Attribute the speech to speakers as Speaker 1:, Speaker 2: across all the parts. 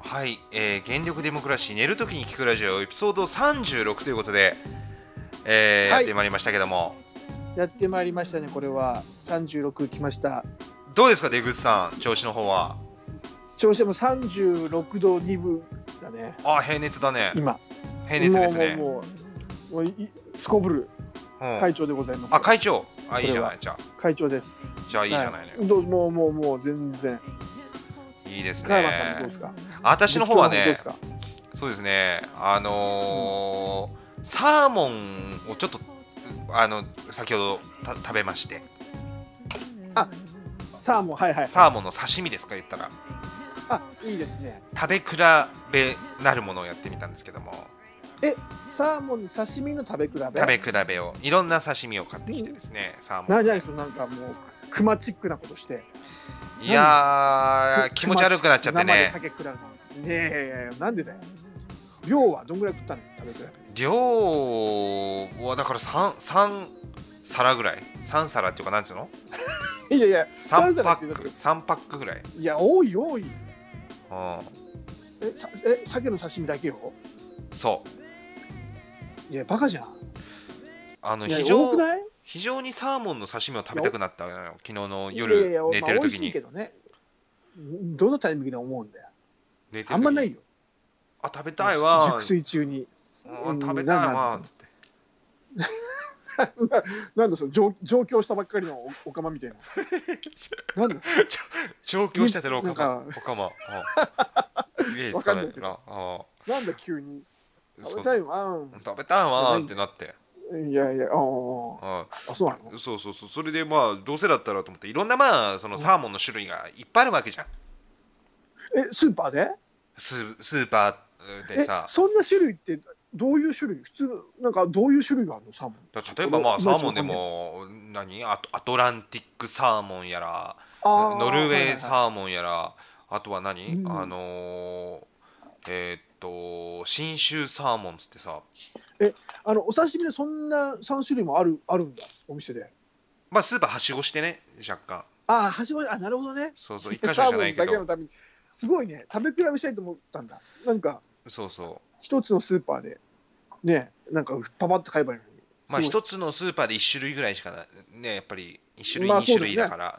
Speaker 1: はい、えー、原力デモクラシー寝るときに聞くラジオエピソード36ということで、えーや
Speaker 2: はい
Speaker 1: ってまいりましたけども
Speaker 2: やってまいりましたね、これは。36来ました。
Speaker 1: どうですか出口さん調子の方は
Speaker 2: 調子でも36度2分だね、
Speaker 1: あ平熱だね
Speaker 2: 今。
Speaker 1: 平熱ですね
Speaker 2: もう、もう、もう、もういすこぶる
Speaker 1: うん
Speaker 2: 会長でございます。
Speaker 1: あ会長あいいじゃな
Speaker 2: これ
Speaker 1: いじゃあ
Speaker 2: 会長です。
Speaker 1: じゃあいいじゃないね、
Speaker 2: はどうもう、もう、もう、全然。
Speaker 1: いいです
Speaker 2: 加山さんどうで
Speaker 1: ね
Speaker 2: すか
Speaker 1: 私の方はね
Speaker 2: 部長の方どうですか
Speaker 1: そうですねあのーサーモンをちょっとあの先ほどた食べまして
Speaker 2: あ、サーモン、はいはい。
Speaker 1: サーモンの刺身ですか言ったら
Speaker 2: あ、いいですね。
Speaker 1: 食べ比べなるものをやってみたんですけども
Speaker 2: サーモンに刺身の食べ比べ。
Speaker 1: 食べ比べをいろんな刺身を買ってきてですねサーモ
Speaker 2: なんじゃないですか、なんかもう、クマチックなことして。
Speaker 1: ンいやー気持ち悪くなっちゃってね
Speaker 2: 生で酒食らうの。ねえ、なんでだよ。量はどんぐらい食ったの食べ比べ。
Speaker 1: 量はだから 3, 三皿ぐらい3皿っていうかなんつうの
Speaker 2: いやいや、三
Speaker 1: 3
Speaker 2: 皿
Speaker 1: パ
Speaker 2: って
Speaker 1: ッ
Speaker 2: だって
Speaker 1: ク3パックぐらい、
Speaker 2: いや、多い多い。
Speaker 1: う
Speaker 2: え、さえ鮭の刺身だけよ。
Speaker 1: ん、そう
Speaker 2: いや、バカじゃん。
Speaker 1: あの
Speaker 2: いや
Speaker 1: 非
Speaker 2: 多
Speaker 1: 常
Speaker 2: くない
Speaker 1: 非常にサーモンの刺身を食べたくなったのよ昨日の
Speaker 2: いやいや
Speaker 1: 夜寝てる
Speaker 2: まあ美味
Speaker 1: 時
Speaker 2: しい
Speaker 1: に
Speaker 2: けどね。どのタイミングで思うんだよ。
Speaker 1: 寝て
Speaker 2: あ
Speaker 1: る
Speaker 2: んまな
Speaker 1: 時
Speaker 2: い
Speaker 1: に
Speaker 2: よ。
Speaker 1: あ食べたいわ
Speaker 2: 熟睡中
Speaker 1: う
Speaker 2: に。
Speaker 1: ん
Speaker 2: うん
Speaker 1: 食べたい
Speaker 2: なんなん
Speaker 1: わ
Speaker 2: て
Speaker 1: つって
Speaker 2: なんだその上上京したばっかりのおおかまみ たいな。なんだ
Speaker 1: 上京したてのおかま
Speaker 2: なん
Speaker 1: おかま うんイメージ
Speaker 2: わ
Speaker 1: つか
Speaker 2: かんな
Speaker 1: ないい
Speaker 2: けど
Speaker 1: なあ
Speaker 2: なんだ急に。食
Speaker 1: そ
Speaker 2: べ
Speaker 1: う
Speaker 2: たいわ。
Speaker 1: 食べたいわーってなって、
Speaker 2: うんいやいや、あー
Speaker 1: うん、
Speaker 2: あ、そうなの
Speaker 1: そうそうそうそれでまあどうせだったらと思っていろんなまあそのサーモンの種類がいっぱいあるわけじゃん
Speaker 2: え、スーパーで
Speaker 1: ススーパーで
Speaker 2: え
Speaker 1: さ、
Speaker 2: そんな種類ってどういう種類普通の、なんかどういう種類があるのサーモン。
Speaker 1: だ例えばまあ
Speaker 2: ち
Speaker 1: サ
Speaker 2: ょっ
Speaker 1: ー
Speaker 2: と
Speaker 1: モンで、も何アトアトランティックサーモンやら
Speaker 2: あ
Speaker 1: ノルウェー
Speaker 2: ー
Speaker 1: サーモンやらあとは何、
Speaker 2: うん
Speaker 1: あのーえーっと信州サーモンっつってさ
Speaker 2: あのお刺身でそんな3種類もあるあるんだ、お店で。
Speaker 1: まあスーパーはしごしてね若干
Speaker 2: ああ、はしごあ、なるほどね。
Speaker 1: そうそう一箇所じゃないけ
Speaker 2: サーモンだけの
Speaker 1: ど
Speaker 2: ために。すごいね、食べ比べしたいと思ったんだ。なんか、
Speaker 1: そうそう
Speaker 2: 一つのスーパーで、ね、なんかパパッと買えばいいのに。
Speaker 1: まあ
Speaker 2: すご
Speaker 1: 一
Speaker 2: い
Speaker 1: つのスーパーで1種類ぐらいしかなねやっぱり1種類
Speaker 2: まあ
Speaker 1: 2種類
Speaker 2: そうだよ
Speaker 1: だ
Speaker 2: ね
Speaker 1: から、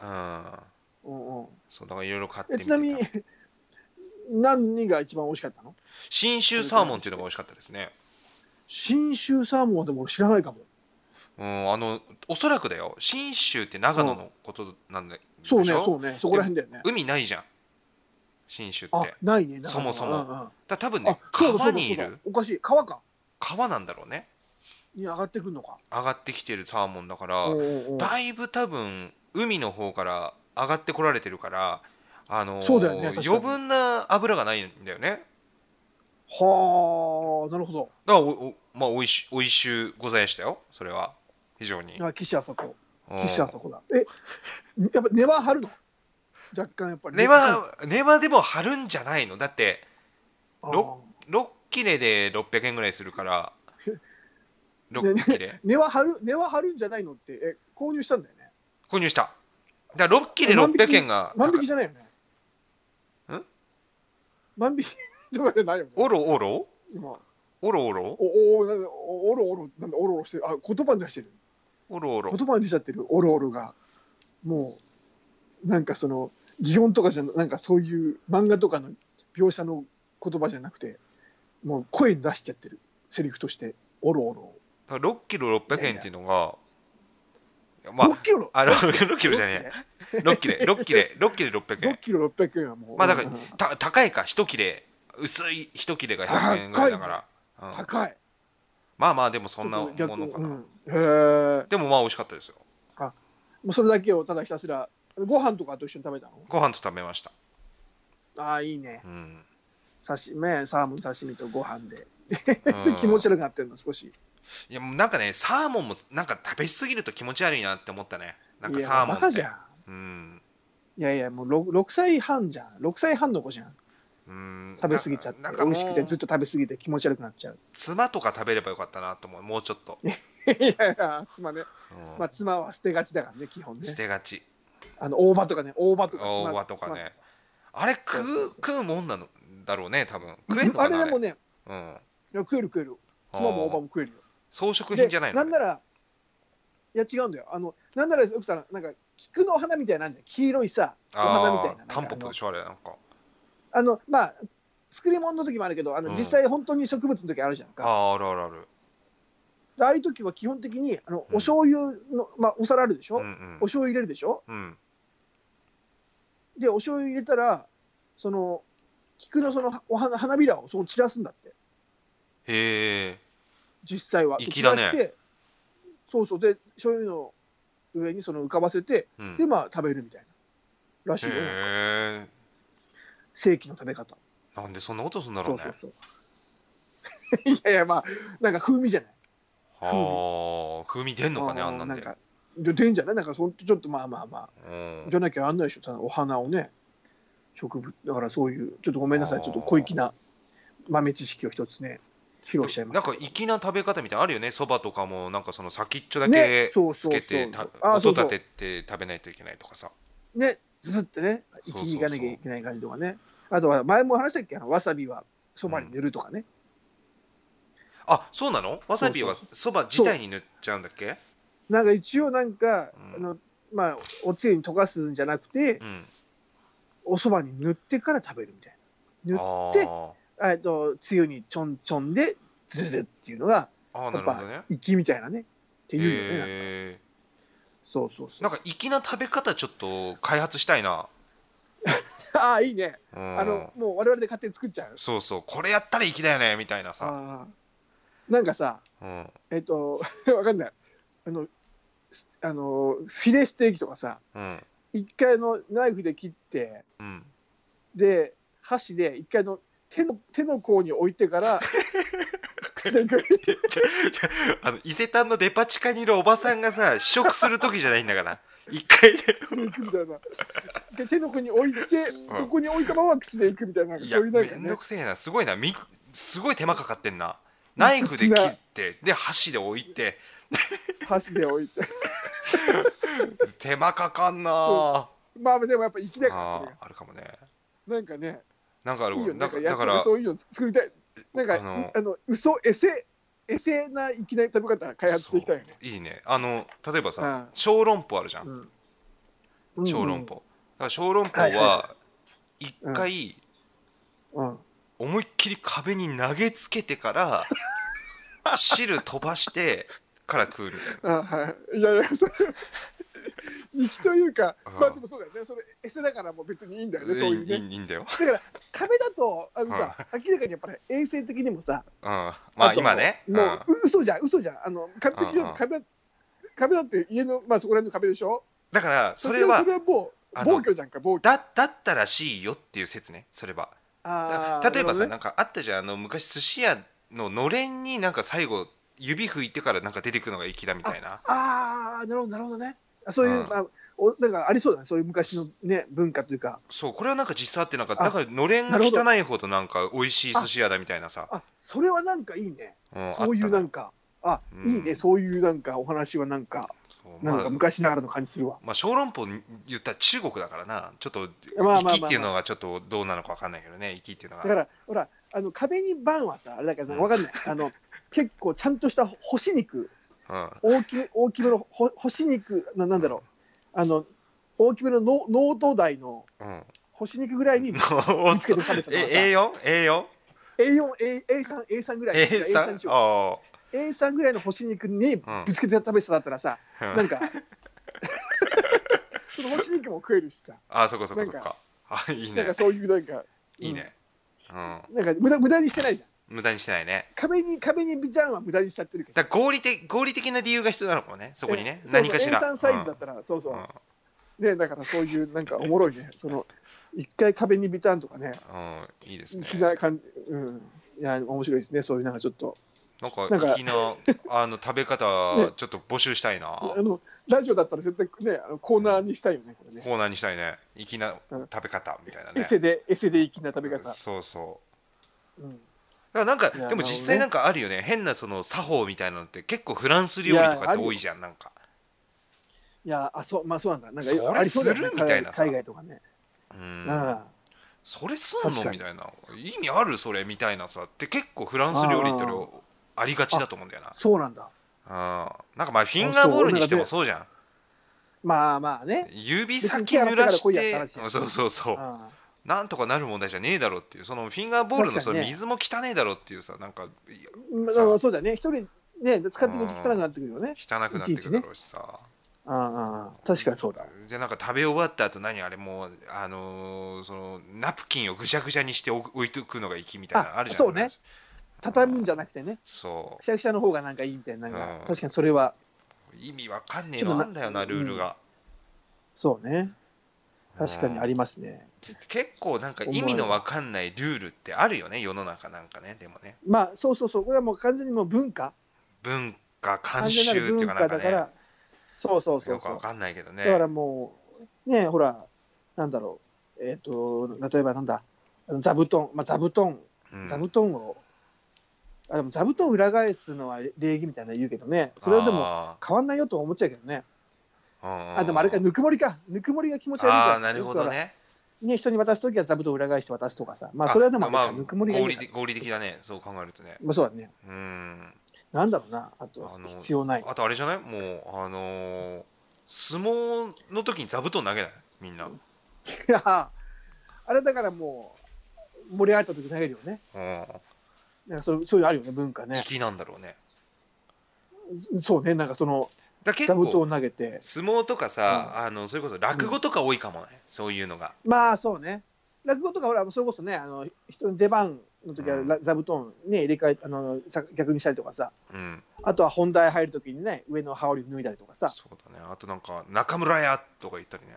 Speaker 1: うん
Speaker 2: うんうん、
Speaker 1: そうだからいろいろ買って
Speaker 2: え
Speaker 1: みて
Speaker 2: ちなみに
Speaker 1: た、
Speaker 2: 何が一番美味しかったの
Speaker 1: 信州サーモンっていうのが美味しかったですね
Speaker 2: 信州サーモンはでも知らないかも。
Speaker 1: うんあのおそらくだよ信州って長野のことなんで,、
Speaker 2: そうね、
Speaker 1: でしょ
Speaker 2: そうね、そこら辺だよね。
Speaker 1: 海ないじゃん信州ってだ
Speaker 2: あ
Speaker 1: か、
Speaker 2: ないね、なんか
Speaker 1: そもそも
Speaker 2: うんうん
Speaker 1: ら多分
Speaker 2: あ
Speaker 1: ね、
Speaker 2: そうだそ
Speaker 1: 川
Speaker 2: うだ
Speaker 1: にい
Speaker 2: そうだ
Speaker 1: る
Speaker 2: おかしい、川か。
Speaker 1: 川なんだろうね
Speaker 2: に上がってくるのか。
Speaker 1: 上がってきてるサーモンだから
Speaker 2: おうおうおう
Speaker 1: だいぶ多分海の方から上がってこられてるからあのー
Speaker 2: そうだよね確かに
Speaker 1: 余分な油がないんだよね
Speaker 2: はあ、なるほど。
Speaker 1: だからおおまあおいしおいしゅうございましたよそれは非常に
Speaker 2: あ、岸あさこ。
Speaker 1: うん
Speaker 2: 岸あさこだ。え、やっぱ根は張るの若干やっぱり。
Speaker 1: 根は根はでも張るんじゃないのだって
Speaker 2: あー
Speaker 1: ろ6切れで600円ぐらいする から
Speaker 2: ね
Speaker 1: 6切れ
Speaker 2: 根は張る、根は張るんじゃないのって、え、購入したんだよね。
Speaker 1: 購入しただから6切れ600円が
Speaker 2: 万引きじゃないよね。
Speaker 1: ん
Speaker 2: 万引きとかじゃないよね。
Speaker 1: おろおろ
Speaker 2: 今。
Speaker 1: おろおろ
Speaker 2: おおなんだおおろおろなんだおろおろしてるあ言葉に出してる
Speaker 1: おろおろ
Speaker 2: 言葉に出ちゃってるおろおろがもうなんかその擬音とかじゃななんかそういう漫画とかの描写の言葉じゃなくてもう声に出しちゃってるセリフとしておろおろ
Speaker 1: だから6キロ600円っていうのがいやまあ
Speaker 2: 6キロの
Speaker 1: あの6キロじゃねえ6切れ6切れ6切れ600
Speaker 2: 6
Speaker 1: 円
Speaker 2: キロ600円はもう
Speaker 1: まあだから
Speaker 2: うん
Speaker 1: た高いか1切れ薄い1切れが100円ぐらいだから、うん
Speaker 2: 高い
Speaker 1: まあまあでもそんなも
Speaker 2: ちょっと逆
Speaker 1: のかな、
Speaker 2: うんへえ
Speaker 1: でもまあ美味しかったですよ
Speaker 2: もうそれだけをただひたすらご飯とかと一緒に食べたの
Speaker 1: ご飯と食べました、
Speaker 2: ああいいね
Speaker 1: うん、
Speaker 2: 刺身サーモン刺身とご飯で
Speaker 1: うん
Speaker 2: 気持ち悪くなってるの少し
Speaker 1: いやもうなんかねサーモンもなんか食べすぎると気持ち悪いなって思ったねなんか
Speaker 2: いや
Speaker 1: サーモン
Speaker 2: バ
Speaker 1: って
Speaker 2: カじゃん
Speaker 1: うん
Speaker 2: いやいやもう 6, 6歳半じゃん6歳半の子じゃん
Speaker 1: うん
Speaker 2: 食べ過ぎちゃって
Speaker 1: なんか
Speaker 2: 美
Speaker 1: もう
Speaker 2: 味しくてずっと食べ過ぎて気持ち悪くなっちゃう
Speaker 1: 妻とか食べればよかったなと思うもうちょっと、うん
Speaker 2: いやいや妻ね、まあ、妻は捨てがちだからね基本ね
Speaker 1: 捨てがち
Speaker 2: あの大葉とかね大葉とか妻
Speaker 1: 大葉とかねあれ食う
Speaker 2: そうそうそう
Speaker 1: 食うもんなのだろうね多分食えんの
Speaker 2: あ
Speaker 1: かな
Speaker 2: れ
Speaker 1: あ
Speaker 2: で
Speaker 1: れ
Speaker 2: もね
Speaker 1: うん、
Speaker 2: いや食える食えるスマも大葉も食えるよ
Speaker 1: 装飾
Speaker 2: で
Speaker 1: 品じゃないの
Speaker 2: なんならいや違うんだよあのなんなら奥さんなんか菊の花みたいなんじゃん黄色いさお花みたい
Speaker 1: あ
Speaker 2: ななん
Speaker 1: ー
Speaker 2: か
Speaker 1: タンポポでしょあれなんか
Speaker 2: あのまあ作り物の時もあるけどあの、
Speaker 1: うん
Speaker 2: 実際本当に植物の時あるじゃん
Speaker 1: あ
Speaker 2: か
Speaker 1: ーあるあるある
Speaker 2: でああいう時は基本的にあの
Speaker 1: うん
Speaker 2: お醤油の、まあお皿あるでし
Speaker 1: う
Speaker 2: ょ、お
Speaker 1: ん
Speaker 2: 醤油入れるでしょ
Speaker 1: うんうん
Speaker 2: でお醤油入れたらその菊のそのお花花びらをそこに散らすんだって
Speaker 1: へえ
Speaker 2: 実際はで
Speaker 1: 粋だね
Speaker 2: 散らしてそうそうで醤油の上にその浮かばせて
Speaker 1: うん
Speaker 2: でまあ食べるみたいならしいよ
Speaker 1: へえ
Speaker 2: 正規の食べ方
Speaker 1: なんでそんなことするんだろ
Speaker 2: そうう
Speaker 1: ね
Speaker 2: そうそう いやいやまあなんか風味じゃない
Speaker 1: ああ風味出んのかね
Speaker 2: う
Speaker 1: あんなんで
Speaker 2: かで出んじゃないなんかそんちょっとまあまあま
Speaker 1: うん
Speaker 2: あじゃなきゃあんないでしょただお花をね植物だからそういうちょっとごめんなさ
Speaker 1: あ
Speaker 2: い
Speaker 1: ー
Speaker 2: ちょっと小粋な豆知識を一つね披露しちゃいま
Speaker 1: なん
Speaker 2: し
Speaker 1: か粋な食べ方みたいなのあるよねそばとかもなんかその先っちょだ
Speaker 2: たね
Speaker 1: け
Speaker 2: そう
Speaker 1: つ
Speaker 2: そう
Speaker 1: け
Speaker 2: そうそ
Speaker 1: て
Speaker 2: う
Speaker 1: た
Speaker 2: あー
Speaker 1: 音
Speaker 2: そうそ
Speaker 1: 立
Speaker 2: う
Speaker 1: てて食べないといけないとかさ
Speaker 2: ねずすってね生きに行かなきゃいけない感じとかねあとは前も話したっけあのわさびはそばに塗るとかね、
Speaker 1: あそうなのわさびは
Speaker 2: そ
Speaker 1: そば自体に塗っちゃうんだっけ
Speaker 2: なんか一応なんか、
Speaker 1: うん
Speaker 2: あのまあおつゆに溶かすんじゃなくて、
Speaker 1: うん
Speaker 2: おそばに塗ってから食べるみたい塗
Speaker 1: あ
Speaker 2: て
Speaker 1: ー
Speaker 2: なえっとつゆにちょんちょんでずるっていうのが
Speaker 1: あーな
Speaker 2: やっ
Speaker 1: るほど
Speaker 2: ぱ
Speaker 1: ね
Speaker 2: 粋みたいなねっていうよね
Speaker 1: へ
Speaker 2: そうそう
Speaker 1: ー
Speaker 2: そ
Speaker 1: な
Speaker 2: うん
Speaker 1: か粋な食べ方ちょっと開発したいな、
Speaker 2: ああいいね
Speaker 1: うん、
Speaker 2: あのもう我々で勝手に作っちゃう
Speaker 1: そうそうこれやったら粋だよねみたいなさ、
Speaker 2: あーなんかさ
Speaker 1: うん、
Speaker 2: えっと わかんないあのすあのフィレステーキとかさ
Speaker 1: うん
Speaker 2: 一回あのナイフで切って
Speaker 1: うん
Speaker 2: で箸で一回あの手の手の甲に置いてから口にくい
Speaker 1: あの伊勢丹のデパ地下にいるおばさんがさ試食する時じゃないんだから一 回
Speaker 2: 口に行くみたいなで手の甲に置いて、
Speaker 1: ん
Speaker 2: そこに置いたまま口でいくみたいな
Speaker 1: でい
Speaker 2: そ
Speaker 1: や
Speaker 2: ういうなん
Speaker 1: め
Speaker 2: か
Speaker 1: ん
Speaker 2: ね
Speaker 1: どくせえなすごいなみすごい手間かかってんなナイフで切ってで箸で置いて
Speaker 2: 箸で置いて
Speaker 1: 手間かかんなあ
Speaker 2: そまあでもやっぱ粋だからそ
Speaker 1: あ
Speaker 2: れが
Speaker 1: ーあるかもね
Speaker 2: なんかね
Speaker 1: なんかある
Speaker 2: いいよ
Speaker 1: だ
Speaker 2: なん
Speaker 1: かだ
Speaker 2: かや
Speaker 1: か
Speaker 2: からそういうの作りたいなんか
Speaker 1: あ
Speaker 2: あ
Speaker 1: の
Speaker 2: の嘘エセエセな粋な食べ方開発していきたいよね
Speaker 1: いいねあの例えばさ
Speaker 2: うん
Speaker 1: 小籠包あるじゃん
Speaker 2: うん
Speaker 1: 小籠包だから小籠包
Speaker 2: はいはい
Speaker 1: は一回
Speaker 2: うん
Speaker 1: 思いっきり壁に投げつけてから 汁飛ばしてから食うみたいな
Speaker 2: あはいいやいやそれ粋というか
Speaker 1: うん
Speaker 2: まあでもそうだよねそれエセだからもう別にいいんだよねそういう
Speaker 1: い
Speaker 2: ね
Speaker 1: いいいんだよ。
Speaker 2: だから壁だとあのさ明らかにやっぱり衛生的にもさ
Speaker 1: うん。まあ
Speaker 2: と
Speaker 1: 今ね。うん。
Speaker 2: もう嘘じゃん嘘じゃんあの完璧
Speaker 1: うんう
Speaker 2: なん壁だ壁だって家のまあそこら辺の壁でしょ
Speaker 1: だからそれは
Speaker 2: それはも
Speaker 1: あ
Speaker 2: う
Speaker 1: の
Speaker 2: 暴挙じゃんか暴挙
Speaker 1: だだったらしいよっていう説ね。それは。だ
Speaker 2: あー
Speaker 1: 例えばさ
Speaker 2: な
Speaker 1: な
Speaker 2: る
Speaker 1: んかあったじゃんあの昔寿司屋ののれんになんか最後指拭いてからなんか出てくるのが粋だみたいな。
Speaker 2: ほどねあーなるほどなるほどねあそういう、
Speaker 1: うん
Speaker 2: まあおなんかありそうだねそういう昔のね文化というか
Speaker 1: そうこれはなんか実際あってなんか
Speaker 2: あ
Speaker 1: だからのれんが
Speaker 2: なるほど
Speaker 1: 汚いほどなんか美味しい寿司屋だみたいなさ。
Speaker 2: あそれはなんかいいね
Speaker 1: うん
Speaker 2: そうい
Speaker 1: あ
Speaker 2: う
Speaker 1: った
Speaker 2: な
Speaker 1: の
Speaker 2: んかあ、
Speaker 1: うん
Speaker 2: いいねそういうなんかお話はなんか
Speaker 1: そう
Speaker 2: な
Speaker 1: ま
Speaker 2: んか
Speaker 1: あ
Speaker 2: 昔ながらの感じするわ、
Speaker 1: まあ小籠包に言ったら中国だからなちょっと
Speaker 2: まあまあまあまあ
Speaker 1: 粋っていうのがちょっとどうなのかわかんないけどね粋っていうのが。
Speaker 2: だからほらあの壁にバンはさあれだからわかんない、あの結構ちゃんとした干し肉
Speaker 1: うん
Speaker 2: 大きめ大きめのほ干し肉ななんだろうあの大きめのの脳東大の
Speaker 1: うん。
Speaker 2: 干し肉ぐらいに見つけて食べてたから さ
Speaker 1: え A4 A4
Speaker 2: A4、A- A3、A3 ぐらい。
Speaker 1: A3
Speaker 2: にしよ
Speaker 1: あ
Speaker 2: う A3 ぐらいの干し肉にぶつけて食べてただったらさ、
Speaker 1: うん
Speaker 2: なんか、 その干し肉も食えるしさ、
Speaker 1: ああそこそこそこ
Speaker 2: なん
Speaker 1: かあいい
Speaker 2: なん
Speaker 1: ね
Speaker 2: かそういう、なんか、
Speaker 1: いいねうん
Speaker 2: うん、なんか無駄無駄にしてないじゃん。
Speaker 1: 無駄にしてないね
Speaker 2: 壁に、壁にビジャンは無駄にしちゃってるけど。
Speaker 1: だから合理的合理的な理由が必要なのかもねそこにね
Speaker 2: えそうそう
Speaker 1: 何かしら
Speaker 2: A3 サイズだったら、そうそうう。
Speaker 1: んうん
Speaker 2: ね、だからそういう、なんかおもろいね。その、一回壁にビジャンとかね、
Speaker 1: うんいいです
Speaker 2: 粋
Speaker 1: ね
Speaker 2: な感じ、うん。いや、面白いですね。そういう、なんかちょっと。
Speaker 1: なんか
Speaker 2: なんか
Speaker 1: 粋なあの食べ方
Speaker 2: ね
Speaker 1: ちょっと募集したいな
Speaker 2: あ
Speaker 1: コ
Speaker 2: の、ラジオだったら絶対ね、あのコーナーにしたいよね、これね。
Speaker 1: ーナーにしたいね粋な
Speaker 2: うん
Speaker 1: 食べ方みたいな
Speaker 2: エ
Speaker 1: ね
Speaker 2: セで、エセで粋な食べ方。
Speaker 1: そうそう
Speaker 2: うん
Speaker 1: だからなんか
Speaker 2: いや
Speaker 1: でも実際
Speaker 2: な
Speaker 1: なん
Speaker 2: る
Speaker 1: かあるよね変なその作法みたいなのって結構フランス料理と
Speaker 2: い
Speaker 1: か
Speaker 2: や
Speaker 1: っ
Speaker 2: あ
Speaker 1: て
Speaker 2: るよ
Speaker 1: 多いじゃんなんか
Speaker 2: いや、あ、そう、まあ、そうなんだ。なん
Speaker 1: それ
Speaker 2: か、ありそうだよ
Speaker 1: する
Speaker 2: ね、
Speaker 1: みたいなさ
Speaker 2: 海外海外とかね。
Speaker 1: うん
Speaker 2: ああ
Speaker 1: それすん
Speaker 2: 確
Speaker 1: の
Speaker 2: か
Speaker 1: み
Speaker 2: に
Speaker 1: たいな意味あるそれみたいなさって結構フランス料理って俺
Speaker 2: あ
Speaker 1: ありがちだと思うんだよな
Speaker 2: そうなんだ
Speaker 1: うんなんかまあフィンガーボールにしてもそうじゃん
Speaker 2: まあまあね
Speaker 1: 指先濡らし
Speaker 2: 別に手洗ったからこうやった
Speaker 1: て
Speaker 2: らしい
Speaker 1: そうそうそう
Speaker 2: あ
Speaker 1: なんとかなる問題じゃねえだろうっていうそのフィンガーボールの
Speaker 2: 確
Speaker 1: そ
Speaker 2: かに
Speaker 1: の
Speaker 2: ね
Speaker 1: 水も汚えだろうっていうさなんかいや
Speaker 2: ーまあ
Speaker 1: さあ
Speaker 2: まあそうだね一人ね使っていくうち汚くなってくるよね
Speaker 1: 汚くなってくるだろうしさ
Speaker 2: ああ確かにそうだ
Speaker 1: じゃあなんか食べ終わった後何あれもうあのーそのナプキンをぐしゃぐしゃにして置く置いとくのが粋みたいなのあるじゃん
Speaker 2: あそうね畳むんじゃなくてね
Speaker 1: そ
Speaker 2: くしゃくしゃの方がなんかいいみたいななん
Speaker 1: う
Speaker 2: か
Speaker 1: ん
Speaker 2: 確かにそれは
Speaker 1: う意味わかんねえのあんだよな
Speaker 2: ちょっと
Speaker 1: ルー
Speaker 2: な
Speaker 1: ルが、
Speaker 2: そうね確かにありますね
Speaker 1: 結構なんか意味のわかんないルールってあるよね世の中なんかねでもね
Speaker 2: まあそうそうそうこれはもう完全にもう文化
Speaker 1: 文化慣
Speaker 2: 完全な
Speaker 1: 習
Speaker 2: る
Speaker 1: っていう
Speaker 2: 文
Speaker 1: かな
Speaker 2: 化
Speaker 1: んか
Speaker 2: だ
Speaker 1: ね
Speaker 2: からそうそうそ
Speaker 1: よ
Speaker 2: う
Speaker 1: く
Speaker 2: そう
Speaker 1: わかんないけどね
Speaker 2: だからもう、ね、ほら、なんだろう、えっ、と、例えばなんだ、あの座布団、まあ、座布団、
Speaker 1: うん
Speaker 2: 座布団を、あでも座布団を裏返すのは礼儀みたいなの言うけどね、それはでも
Speaker 1: あ
Speaker 2: 変わんないよとは思っちゃうけどね、
Speaker 1: ーうんうんうん
Speaker 2: あ、でもあれか、ぬくもりか、ぬくもりが気持ち悪いから
Speaker 1: あ、ーなるほど
Speaker 2: よくほ
Speaker 1: ね
Speaker 2: ら。ね、人に渡すときは座布団を裏返して渡すとかさ、まあ、それはでもあれか、
Speaker 1: まあ
Speaker 2: ぬくもりがいい
Speaker 1: 合
Speaker 2: か
Speaker 1: 理的合理的だねそう考えるとね
Speaker 2: まあ、そうだね、
Speaker 1: うん
Speaker 2: なんだろうな、あと
Speaker 1: あの
Speaker 2: 必要ない。
Speaker 1: あとあれじゃないもうあのー相撲の時に座布団投げないみんな、うん、
Speaker 2: いやあれだからもう、盛り上がったとき投げるよね。なんかそうそういうのあるよね、文化ね。
Speaker 1: 粋なんだろうね
Speaker 2: そうね、なんかその、
Speaker 1: だから結
Speaker 2: 座布団
Speaker 1: 構
Speaker 2: を投げて
Speaker 1: 相撲とかさ、あのそれこそ落語とか多いかもね、そういうのが
Speaker 2: まあそうね落語とかほらそれこそねあの人の出番の時は
Speaker 1: うん
Speaker 2: ら座布団ね入れ替えあのさ逆にしたりとかさ
Speaker 1: うん
Speaker 2: あとは本題入る時にね上の羽織脱いだりとかさ
Speaker 1: そうだねあとなんか中村屋とか言ったりね、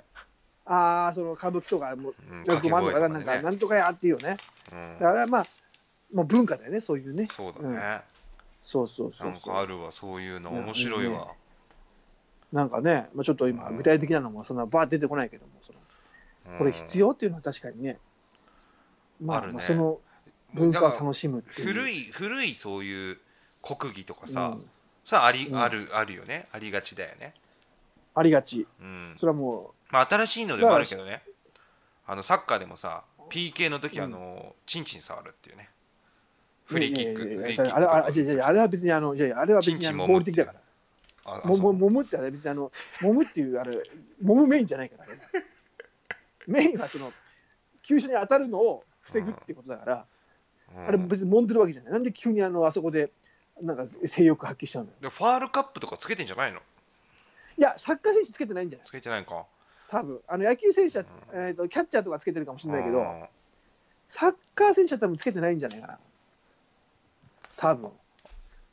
Speaker 2: ああその歌舞伎とかも
Speaker 1: うん、
Speaker 2: 落語もあるのかななん
Speaker 1: 掛け声とか
Speaker 2: か
Speaker 1: でね
Speaker 2: なんとかやっていうよね
Speaker 1: うん
Speaker 2: だからまあもう文化だよねそういうね
Speaker 1: そうだね、
Speaker 2: そうそうそ
Speaker 1: な
Speaker 2: うんそう
Speaker 1: かあるわそういうの
Speaker 2: うん
Speaker 1: 面白いわ、
Speaker 2: ねなんかね、まあ、ちょっと今具体的なのもそんなバー出てこないけどもその
Speaker 1: うん
Speaker 2: これ必要っていうのは確かにねまあ
Speaker 1: あるね
Speaker 2: まあその文化を楽しむっていう
Speaker 1: 古
Speaker 2: い
Speaker 1: い古いそういう国技とかさ、
Speaker 2: うん
Speaker 1: さあり、
Speaker 2: うん
Speaker 1: あるあるよねありがちだよね、
Speaker 2: ありがち
Speaker 1: うん
Speaker 2: それはもう
Speaker 1: まあ、新しいのでもあるけどねあのサッカーでもさ PK の時
Speaker 2: うん
Speaker 1: あの、チンチン触るっていうねフリーキック
Speaker 2: いやい
Speaker 1: フ
Speaker 2: やいや
Speaker 1: リー
Speaker 2: い
Speaker 1: キッ
Speaker 2: や
Speaker 1: ク
Speaker 2: あれ
Speaker 1: とか
Speaker 2: あじゃあじゃああれは別にあのじゃああれは別
Speaker 1: チン
Speaker 2: に
Speaker 1: チ
Speaker 2: あ
Speaker 1: ン
Speaker 2: の
Speaker 1: 揉む
Speaker 2: 合
Speaker 1: っ
Speaker 2: 理
Speaker 1: て
Speaker 2: 的
Speaker 1: いう
Speaker 2: だから
Speaker 1: ああ
Speaker 2: も
Speaker 1: そう
Speaker 2: ももむってあれ別にあのもむっていうあれもむメインじゃない からねメインはその急所に当たるのを防ぐってことだから、
Speaker 1: うん
Speaker 2: あれ別に揉んでるわけじゃないなんで急にあのあそこでなんか性欲発揮しちゃうのよ
Speaker 1: でファールカップとかつけてんじゃないの
Speaker 2: いやサッカー選手つけてないんじゃない
Speaker 1: つけてないんか
Speaker 2: 多分あの野球選手は、えー、とキャッチャーとかつけてるかもしれないけ
Speaker 1: う
Speaker 2: ど
Speaker 1: ん
Speaker 2: サッカー選手は多分つけてないんじゃないかな多分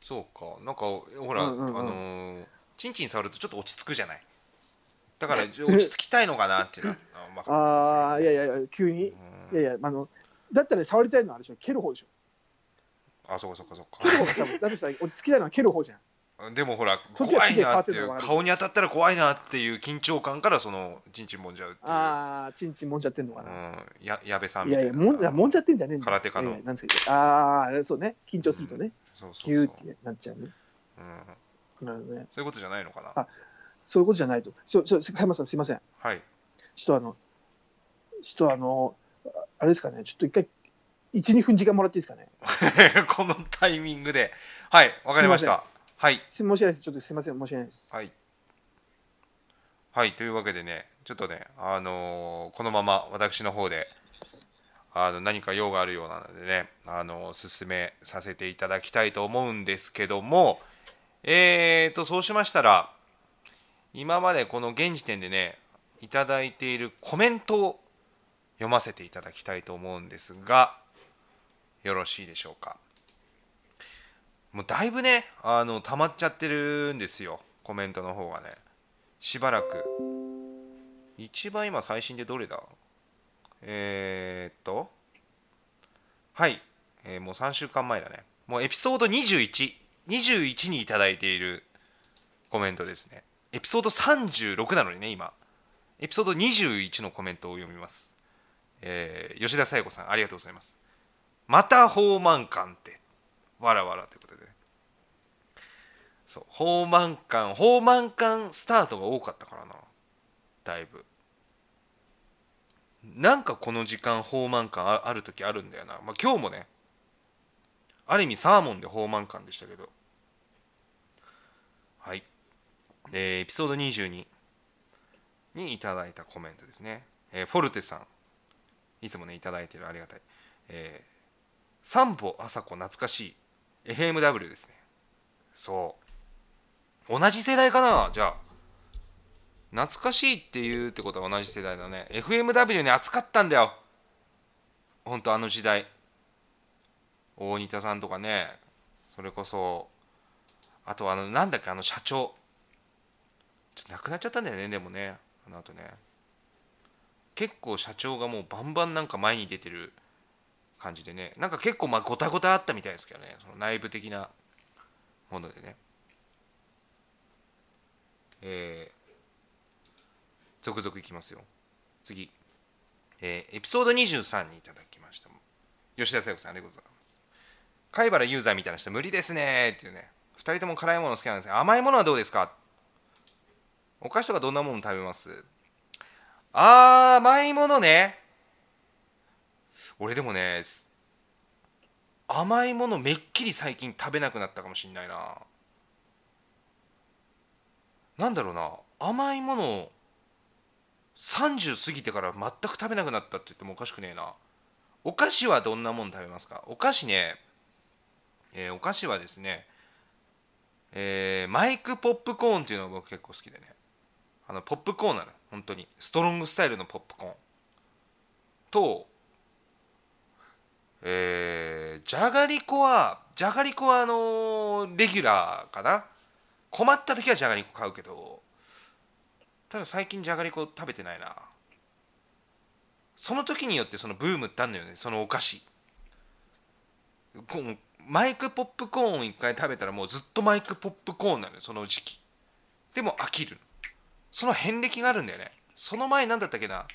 Speaker 1: そうかなんかほら、
Speaker 2: うんうんうん
Speaker 1: あのーチンチン触るとちょっと落ち着くじゃないだ から落ち着きたいのかなっていうのはあま
Speaker 2: ああいやいやいや急に
Speaker 1: うん
Speaker 2: いやいや、あの、だったら触りたいのはあれでしょ、蹴る方でしょ。
Speaker 1: あそうかそうかそう
Speaker 2: 蹴る方が多分、だとしたら落ち着きたいのは蹴る方じゃん。
Speaker 1: かでもほら
Speaker 2: そっちは
Speaker 1: 怖いなって
Speaker 2: 手で触って
Speaker 1: い
Speaker 2: るの
Speaker 1: う
Speaker 2: がある
Speaker 1: 顔に当たったら怖いなっていう緊張感からそのチンチンもんじゃうっていう、
Speaker 2: ああ、ちんちんもんじゃってんのかな。
Speaker 1: うん、や矢部さん
Speaker 2: い
Speaker 1: みた
Speaker 2: や
Speaker 1: い
Speaker 2: い
Speaker 1: な
Speaker 2: や、もんいやもんじゃってんじゃねえんだよ
Speaker 1: 空手家の
Speaker 2: いやいやなんですかああ、そうね。緊張するとね、
Speaker 1: そうそ
Speaker 2: ギ
Speaker 1: う
Speaker 2: ュ
Speaker 1: そ
Speaker 2: ー
Speaker 1: う
Speaker 2: ってなっちゃうね。
Speaker 1: うん、
Speaker 2: なるほどね。
Speaker 1: そういうことじゃないのかな
Speaker 2: あそういうことじゃないと。そう、そう、加山さん、すいません。
Speaker 1: はい
Speaker 2: ちょっとあの、ちょっとあの、ああれですかね、ちょっと一回、1、2分時間もらっていいですかね。
Speaker 1: このタイミングではいわかりまし
Speaker 2: すいま
Speaker 1: たはい
Speaker 2: す申し訳ないです。ちょっとすいません、申し訳ないです。
Speaker 1: はいはいというわけでねちょっとねあのーこのまま私の方であの何か用があるようなのでねあのー進めさせていただきたいと思うんですけどもえーとそうしましたら今までこの現時点でねいただいているコメントを読ませていただきたいと思うんですがよろしいでしょうかもうだいぶねあの溜まっちゃってるんですよコメントの方がねしばらく一番今最新でどれだえー、っとはい、えーもう3週間前だねもうエピソード2121にいただいているコメントですねエピソード36なのにね今エピソード21のコメントを読みます、えー吉田紗友子さんありがとうございますまた放満感ってわらわらということでねそう放満感放満感スタートが多かったからなだいぶなんかこの時間放満感あある時あるんだよな、まあ、今日もねある意味サーモンで放満感でしたけどはいえーエピソード22にいただいたコメントですね、えーフォルテさんいつもねいただいてるありがたい、えー、三歩朝子懐かしい FMW ですねそう同じ世代かなじゃあ懐かしいっていうってことは同じ世代だね FMW ね熱かったんだよほんとあの時代大仁田さんとかねそれこそあとあのなんだっけあの社長ちょっと亡くなっちゃったんだよねでもねあの後ね結構社長がもうバンバンなんか前に出てる感じでねなんか結構まあごたごたあったみたいですけどねその内部的なものでねえー、続々いきますよ次、えーエピソード23にいただきました吉田聖子さんありがとうございます貝原ユーザーみたいな人無理ですねーっていうね2人とも辛いもの好きなんですね甘いものはどうですかお菓子とかどんなもの食べますあー甘いものね俺でもねす甘いものめっきり最近食べなくなったかもしんないななんだろうな甘いものを30過ぎてから全く食べなくなったって言ってもおかしくねえなお菓子はどんなもん食べますかお菓子ね、えーお菓子はですね、えーマイクポップコーンっていうのが僕結構好きでねあのポップコーンなの本当にストロングスタイルのポップコーンとえーじゃがりこはじゃがりこはあのーレギュラーかな困った時はじゃがりこ買うけどただ最近じゃがりこ食べてないなその時によってそのブームってあるのよねそのお菓子こうマイクポップコーンを一回食べたらもうずっとマイクポップコーンなのよその時期でも飽きるその遍歴があるんだよねその前なんだったっけな、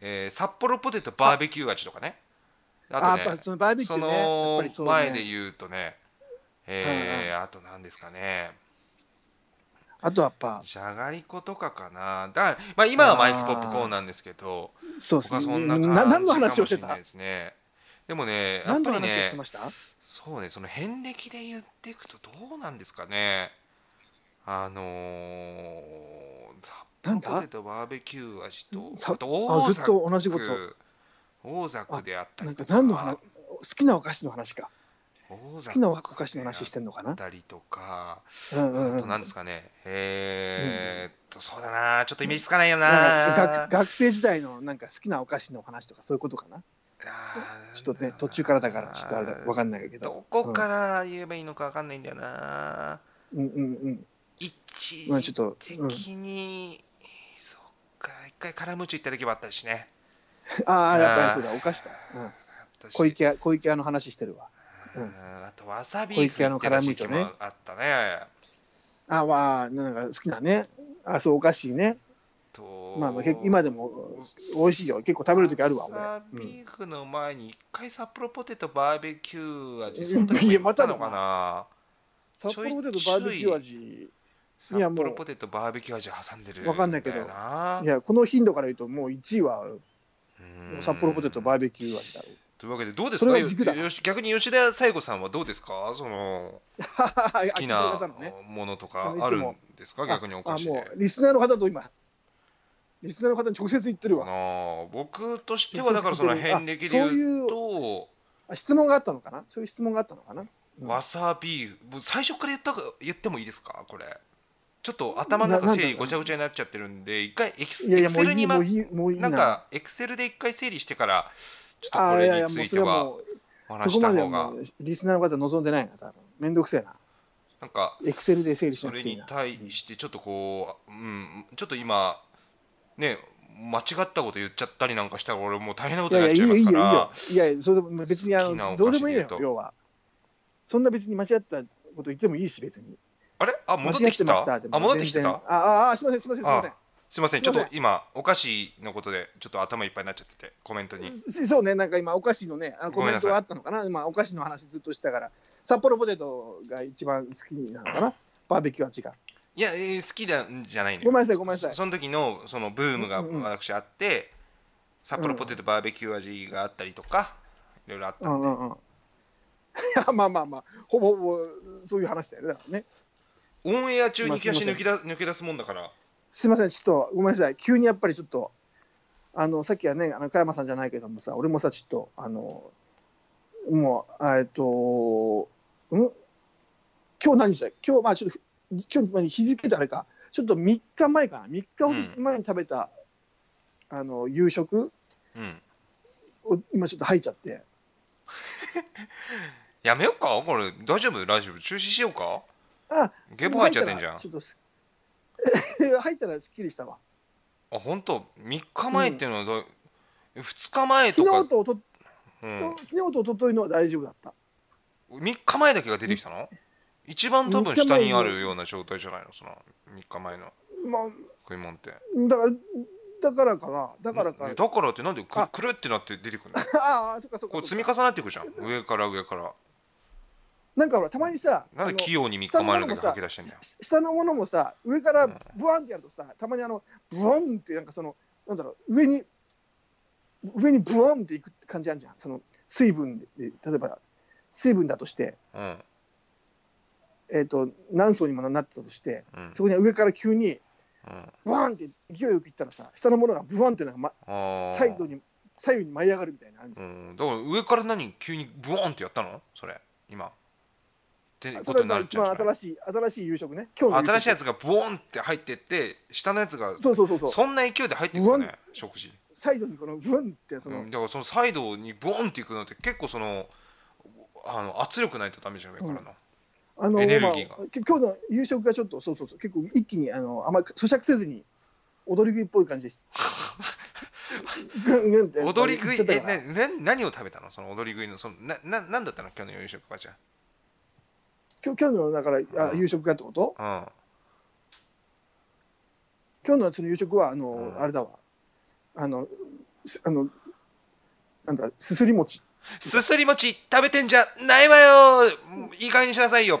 Speaker 1: えー札幌ポテトバーベキュー味とかねあ
Speaker 2: あ
Speaker 1: と
Speaker 2: やっ
Speaker 1: ね
Speaker 2: ぱそのバーベキ
Speaker 1: そ
Speaker 2: ューねやっ
Speaker 1: の
Speaker 2: ぱりそう
Speaker 1: 前で
Speaker 2: ね
Speaker 1: 言うとねえーあと何ですかね
Speaker 2: あとはやっぱ
Speaker 1: じゃがりことかかなだ、まあ、今はマイクポップコーンなんですけど
Speaker 2: そうで
Speaker 1: 僕は
Speaker 2: す
Speaker 1: そ
Speaker 2: ね
Speaker 1: んな感じ
Speaker 2: な
Speaker 1: か
Speaker 2: 何の
Speaker 1: も
Speaker 2: 話をし
Speaker 1: してれな
Speaker 2: た
Speaker 1: いですね。でもね、やっ
Speaker 2: 何の
Speaker 1: ぱり
Speaker 2: 話をし
Speaker 1: ね
Speaker 2: てま、した
Speaker 1: そうね、その遍歴で言っていくとどうなんですかね。あのー、
Speaker 2: なん
Speaker 1: ポ
Speaker 2: だ
Speaker 1: テトバーベキュー味
Speaker 2: さ
Speaker 1: と、あと
Speaker 2: あ
Speaker 1: 大
Speaker 2: ずっと同じこと
Speaker 1: 作、大作であった
Speaker 2: な
Speaker 1: り
Speaker 2: ん
Speaker 1: と
Speaker 2: か
Speaker 1: か、
Speaker 2: 何の話好きなお菓子の話か
Speaker 1: 好
Speaker 2: 好きなお菓子の話してんのか
Speaker 1: あっ
Speaker 2: な
Speaker 1: たりとか、
Speaker 2: うんう
Speaker 1: あ
Speaker 2: んう
Speaker 1: と
Speaker 2: ん
Speaker 1: 何ですかね、えーっと、そうだな、ちょっとイメージつかないよ
Speaker 2: な
Speaker 1: な。
Speaker 2: んか学学生時代のなんか好きなお菓子の話とかそういうことかなそうちょっとね途中からだからちょっとあれだわかんないけど
Speaker 1: どこから言えばいいのかわかんないんだよな、
Speaker 2: うんうんうん
Speaker 1: 一
Speaker 2: まあちょっと
Speaker 1: 時
Speaker 2: うん
Speaker 1: 的に、そっか一回カラムーチョ行った時もあったりしね
Speaker 2: ああやっぱりそうだお菓子だうん
Speaker 1: あったし
Speaker 2: 小池屋小池屋の話してるわうん
Speaker 1: うんあとわさび
Speaker 2: 小池屋のカラムーチョね
Speaker 1: 行ってた時期もあったね
Speaker 2: あわあなんか好きなねあそうお菓子ね
Speaker 1: と
Speaker 2: まあまあ結構今でも美味しいよ結構食べる時あるわ
Speaker 1: わさ
Speaker 2: 俺、うん、
Speaker 1: ビーフの前に一回札幌ポテトバーベキュー味
Speaker 2: うん
Speaker 1: その時も行ったのかな
Speaker 2: 札幌ポテトバーベキュー味
Speaker 1: 札
Speaker 2: いやもう
Speaker 1: 幌ポテトバーベキュー味挟んでる
Speaker 2: わかんないけど
Speaker 1: だよない
Speaker 2: やこの頻度から言うともう1位は
Speaker 1: うん
Speaker 2: 札幌ポテトバーベキュー味だろう
Speaker 1: というわけでどうです
Speaker 2: そ
Speaker 1: か
Speaker 2: れが軸だ
Speaker 1: よよし逆に吉田紗友子さんはどうですかその好き
Speaker 2: あ
Speaker 1: な
Speaker 2: 聞いてくれたのね
Speaker 1: ものとか
Speaker 2: いつも
Speaker 1: あるんですか逆にお菓子
Speaker 2: ああも
Speaker 1: で
Speaker 2: うリスナーの方と今リスナーの方に直接言ってる
Speaker 1: あ
Speaker 2: わ
Speaker 1: の僕としてはだからその遍歴で
Speaker 2: あそう
Speaker 1: 言
Speaker 2: いう
Speaker 1: うと
Speaker 2: あ質問があったのかなそういう質問があったのかなうん
Speaker 1: わさビーフもう最初から言ったか言ってもいいですかこれちょっと頭の中整理ごちゃごちゃになっちゃってるんで一回エクス
Speaker 2: いやい
Speaker 1: エ
Speaker 2: や
Speaker 1: ク
Speaker 2: も
Speaker 1: セ
Speaker 2: う
Speaker 1: ル
Speaker 2: いい
Speaker 1: に
Speaker 2: も
Speaker 1: ま
Speaker 2: ういいもういいな
Speaker 1: なんかエクセルで一回整理してからちょっと
Speaker 2: あ
Speaker 1: こ
Speaker 2: い
Speaker 1: れ
Speaker 2: やいや
Speaker 1: につ
Speaker 2: もう
Speaker 1: い
Speaker 2: そ
Speaker 1: て
Speaker 2: れは
Speaker 1: は
Speaker 2: も
Speaker 1: お
Speaker 2: うそ
Speaker 1: 話
Speaker 2: こ
Speaker 1: した
Speaker 2: までは
Speaker 1: 方が
Speaker 2: もうリスナーの方望んでないな多分めんどくせえな
Speaker 1: なんか
Speaker 2: エクセルで整理し
Speaker 1: そ
Speaker 2: なく
Speaker 1: れ
Speaker 2: ていい
Speaker 1: に
Speaker 2: な
Speaker 1: 対してちょっとこう、うん、ちょっと今ね間違ったこと言っちゃったりなんかしたら俺もう大変なこ
Speaker 2: い
Speaker 1: とになっ
Speaker 2: やい
Speaker 1: ちゃ
Speaker 2: や
Speaker 1: い
Speaker 2: いいよい
Speaker 1: ます
Speaker 2: い
Speaker 1: から
Speaker 2: よいいよいやいやそれも別にあ
Speaker 1: 好きなお菓
Speaker 2: の
Speaker 1: 子
Speaker 2: どうでもいいのよ
Speaker 1: で言うと
Speaker 2: 要はそんな別に間違ったこと言ってもいいし別に
Speaker 1: あれあ
Speaker 2: 間
Speaker 1: 戻って
Speaker 2: 違
Speaker 1: きてた
Speaker 2: でも
Speaker 1: あ戻ってきて
Speaker 2: 全
Speaker 1: た
Speaker 2: 然あああすいませんすいませんすいません
Speaker 1: あすいません
Speaker 2: す
Speaker 1: ち
Speaker 2: い
Speaker 1: ょ
Speaker 2: ま
Speaker 1: っ
Speaker 2: せん
Speaker 1: と今お菓子のことでちょっと頭いっぱいになっちゃっててコメントに
Speaker 2: そそうね、なんか今、お菓子のね、あの
Speaker 1: ご
Speaker 2: コ
Speaker 1: めん
Speaker 2: メ
Speaker 1: な
Speaker 2: ン
Speaker 1: さ
Speaker 2: ト
Speaker 1: い
Speaker 2: があったのかな、まあ、お菓子の話ずっとしたから、札幌ポテトが一番好きなのかな、バーベキュー味が。
Speaker 1: いや、えー好きなんじゃないの
Speaker 2: ごめんなさいごめんなさい
Speaker 1: そその時のそのブームが
Speaker 2: うんうん
Speaker 1: 私あって、札幌ポテトバーベキュー味があったりとか、いろいろあった
Speaker 2: うんうん うん。まあまあまあ、ほぼほぼそういう話だよね。だからね
Speaker 1: オンエア中に引き出し
Speaker 2: まあ
Speaker 1: 抜けだ抜け出すもんだから
Speaker 2: すいません、ちょっとごめんなさい、急にやっぱりちょっと、あのさっきはね、あの加山さんじゃないけどもさ、俺もさ、ちょっと、あのもう、あえっと、うん今日何日だ今日、まあちょっと、今日まあ日付とあれか、ちょっと3日前かな、3日ほど前に食べた、あの夕食
Speaker 1: うん
Speaker 2: を今ちょっと入っちゃって、
Speaker 1: やめよっかこれ大丈夫ラジオ中止しようか
Speaker 2: あ
Speaker 1: ゲボ入っちゃってんじゃん
Speaker 2: ちょっとす 入ったらすっきりしたわ。
Speaker 1: あ本当3日前っていうのはどう、2日前と
Speaker 2: 昨
Speaker 1: か
Speaker 2: 日とおと、
Speaker 1: うん、
Speaker 2: 昨日とおとといのは大丈夫だった。
Speaker 1: 3日前だけが出てきたの一番多分下にあるような状態じゃないのその3日前の
Speaker 2: まあ
Speaker 1: 食い物って
Speaker 2: だから、だからかな、だからか
Speaker 1: ねだからってなんでく
Speaker 2: あ
Speaker 1: くるってなって出てくるの
Speaker 2: ああ、そっかそっか
Speaker 1: こう
Speaker 2: そ
Speaker 1: 積み
Speaker 2: っか。
Speaker 1: 重なっていくじゃん上から上から
Speaker 2: なんかほら、たまにさ、
Speaker 1: なんで
Speaker 2: あの
Speaker 1: 器用に3日前のだけ吐き出してんだよ
Speaker 2: し下のものもさ、上から
Speaker 1: うん
Speaker 2: ブワンってやるとさ、たまにあの、ブワンって、なんかその、なんだろう、上に、上にブワンっていく感じあるじゃん。その、水分で、例えば、水分だとして、
Speaker 1: うん
Speaker 2: えっ、と、何層にもなってたとして、
Speaker 1: うん
Speaker 2: そこに上から急に、
Speaker 1: うん
Speaker 2: ブワンって勢いよくいったらさ、下のものがブワンってなんか、
Speaker 1: あー
Speaker 2: ま、サイドに、左右に舞い上がるみたいな感じ。
Speaker 1: うんだから上から何急にブオンってやったのそれ今って
Speaker 2: あ
Speaker 1: こ
Speaker 2: そ
Speaker 1: と
Speaker 2: れ
Speaker 1: にな
Speaker 2: が
Speaker 1: る
Speaker 2: 一
Speaker 1: じゃん
Speaker 2: 番新しい、新しい夕食ね。今日の夕食。
Speaker 1: 新しいやつがブオンって入ってって下のやつが
Speaker 2: そうそうそうそう。
Speaker 1: そんな勢いで入ってくる
Speaker 2: ブオ
Speaker 1: ね食事
Speaker 2: サイドにこのブンってその、
Speaker 1: うんだからそのサイドにボンっていくのって結構そのあの圧力ないとダメじゃないからな、
Speaker 2: あの
Speaker 1: エネルギーが
Speaker 2: まあ、き今日の夕食がちょっとそうそうそう結構一気にあのあんまり咀嚼せずに踊り食いっぽい感じでしぐんぐんって
Speaker 1: 踊り食い
Speaker 2: っちゃった
Speaker 1: え
Speaker 2: から
Speaker 1: な何何を食べたのその踊り食いのそのなななんだったの今日の夕食はじゃ
Speaker 2: 今日今日のだからあ
Speaker 1: うん
Speaker 2: 夕食がってこと
Speaker 1: あ
Speaker 2: 今日のその夕食はあの、
Speaker 1: うん
Speaker 2: あれだわあのすあのなんだすすり餅
Speaker 1: うんすすり餅食べてんじゃないわよいい加減にしなさいよ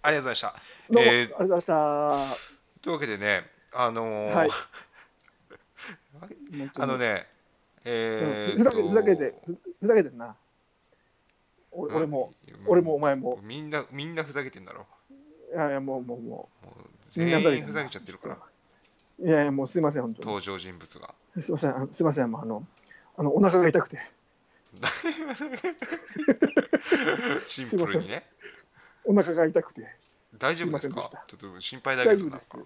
Speaker 1: ありがとうございまし
Speaker 2: ど
Speaker 1: た、
Speaker 2: うも、
Speaker 1: えー
Speaker 2: ありがとうございました
Speaker 1: というわけでねあのー
Speaker 2: はい
Speaker 1: あの
Speaker 2: ね、
Speaker 1: ねえー
Speaker 2: うんふ
Speaker 1: っ
Speaker 2: ざ
Speaker 1: と
Speaker 2: けふざけてふふざけてんなお俺も、俺もお前も
Speaker 1: みんなみんなふざけてんだろ
Speaker 2: いやいやもうもうもう
Speaker 1: もう
Speaker 2: みんなふざけ
Speaker 1: 全員ふざけちゃってるから
Speaker 2: いやいや、もうすいません、本当
Speaker 1: 登場人物が
Speaker 2: に。すいません、あのすいません、もうあの、あのお腹が痛くて。
Speaker 1: シンプルにね
Speaker 2: お腹が痛くて。
Speaker 1: 大丈夫ですか
Speaker 2: すいませんでした
Speaker 1: ちょっと心配だけ
Speaker 2: 大
Speaker 1: ど
Speaker 2: 丈
Speaker 1: な
Speaker 2: 夫で
Speaker 1: ん
Speaker 2: す
Speaker 1: か。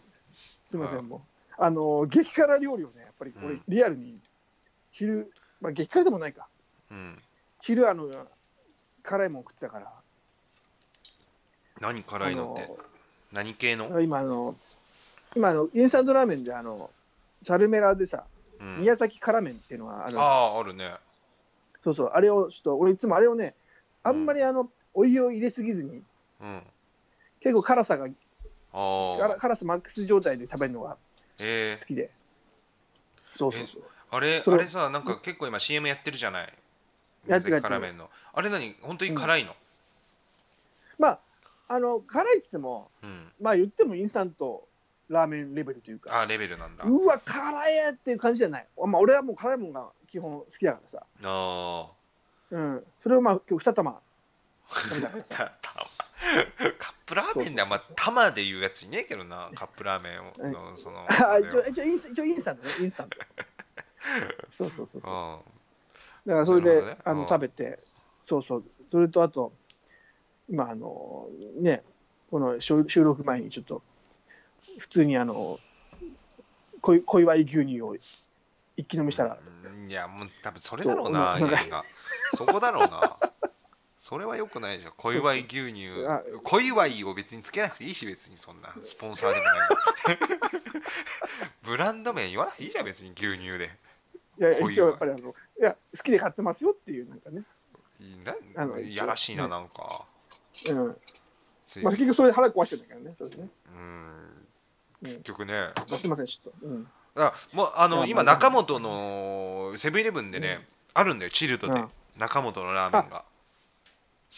Speaker 2: すいませ
Speaker 1: ああ
Speaker 2: ん、もう。あの、激辛料理をね、やっぱり、
Speaker 1: う
Speaker 2: 俺
Speaker 1: ん、
Speaker 2: リアルに。昼、まあ、激辛でもないか。
Speaker 1: うん
Speaker 2: 昼、あの、辛いもん食ったから。
Speaker 1: 何辛
Speaker 2: あ
Speaker 1: いのって
Speaker 2: の、
Speaker 1: 何系の
Speaker 2: 今、あの。今、あの、インスタントラーメンで、あの。チャルメラでさ、
Speaker 1: うん
Speaker 2: 宮崎辛麺っていうのは、あの、
Speaker 1: あああるね
Speaker 2: そうそう、あれを、ちょっと、俺いつもあれをね。あんまり、あの、お湯を入れすぎずに、
Speaker 1: うんあ
Speaker 2: 結構辛さが
Speaker 1: あ
Speaker 2: 辛辛さマックス状態で食べるのが
Speaker 1: え
Speaker 2: 好きで。そうそうそう。
Speaker 1: ー、あれ
Speaker 2: そ
Speaker 1: あ
Speaker 2: れ
Speaker 1: れさなんか結構今 CM やってるじゃない
Speaker 2: やってるやってる
Speaker 1: 辛麺のあれ何本当に辛いの
Speaker 2: まあ、あの、辛いっつっても、
Speaker 1: うん
Speaker 2: まあ言ってもインスタントラーメンレベルというか、
Speaker 1: あーレベルなんだ
Speaker 2: うわ、辛いやっていう感じじゃない。まあ俺はもう辛いもんが基本好きだからさ。
Speaker 1: ああ
Speaker 2: うん。それをまあ今日二玉食べたからさ。
Speaker 1: たた カップラーメンではまあ玉で言うやついねえけどなカップラーメンをのその
Speaker 2: あ
Speaker 1: あれを
Speaker 2: 一応一応インス一応インスタントね、インスタント。そうそうそうそう。
Speaker 1: うん
Speaker 2: だからそれ
Speaker 1: なるほ
Speaker 2: で、
Speaker 1: どね
Speaker 2: あ
Speaker 1: うん
Speaker 2: の食べて、そうそう、それとあと、今、あのね、この収収録前にちょっと、普通にあの小い小祝い牛乳を一気飲みしたら、
Speaker 1: うんいやもう多分それだろうな
Speaker 2: そう
Speaker 1: 原因がそこだろうなそれはよくないじゃん小祝い牛乳
Speaker 2: そう あ
Speaker 1: 小祝いを別につけなくていいし別にそんなスポンサーでもない ブランド名言わなくていいじゃん別に牛乳で
Speaker 2: いや
Speaker 1: 小祝い
Speaker 2: 一応やっぱりあの、いや、好きで買ってますよっていう、なんかね、あ
Speaker 1: な
Speaker 2: の一応
Speaker 1: やらしいな
Speaker 2: ね
Speaker 1: なんか、
Speaker 2: うん
Speaker 1: つい
Speaker 2: まあ、結局それで腹壊してるんだけどね、それでね。
Speaker 1: うん
Speaker 2: うん
Speaker 1: 結局ね
Speaker 2: まあすみません、ちょっと。うん
Speaker 1: あもうあの
Speaker 2: いや
Speaker 1: 今
Speaker 2: まあ
Speaker 1: 中本のセブンイレブンでね、あるんだよチルドで、
Speaker 2: うん
Speaker 1: 中本のラーメンが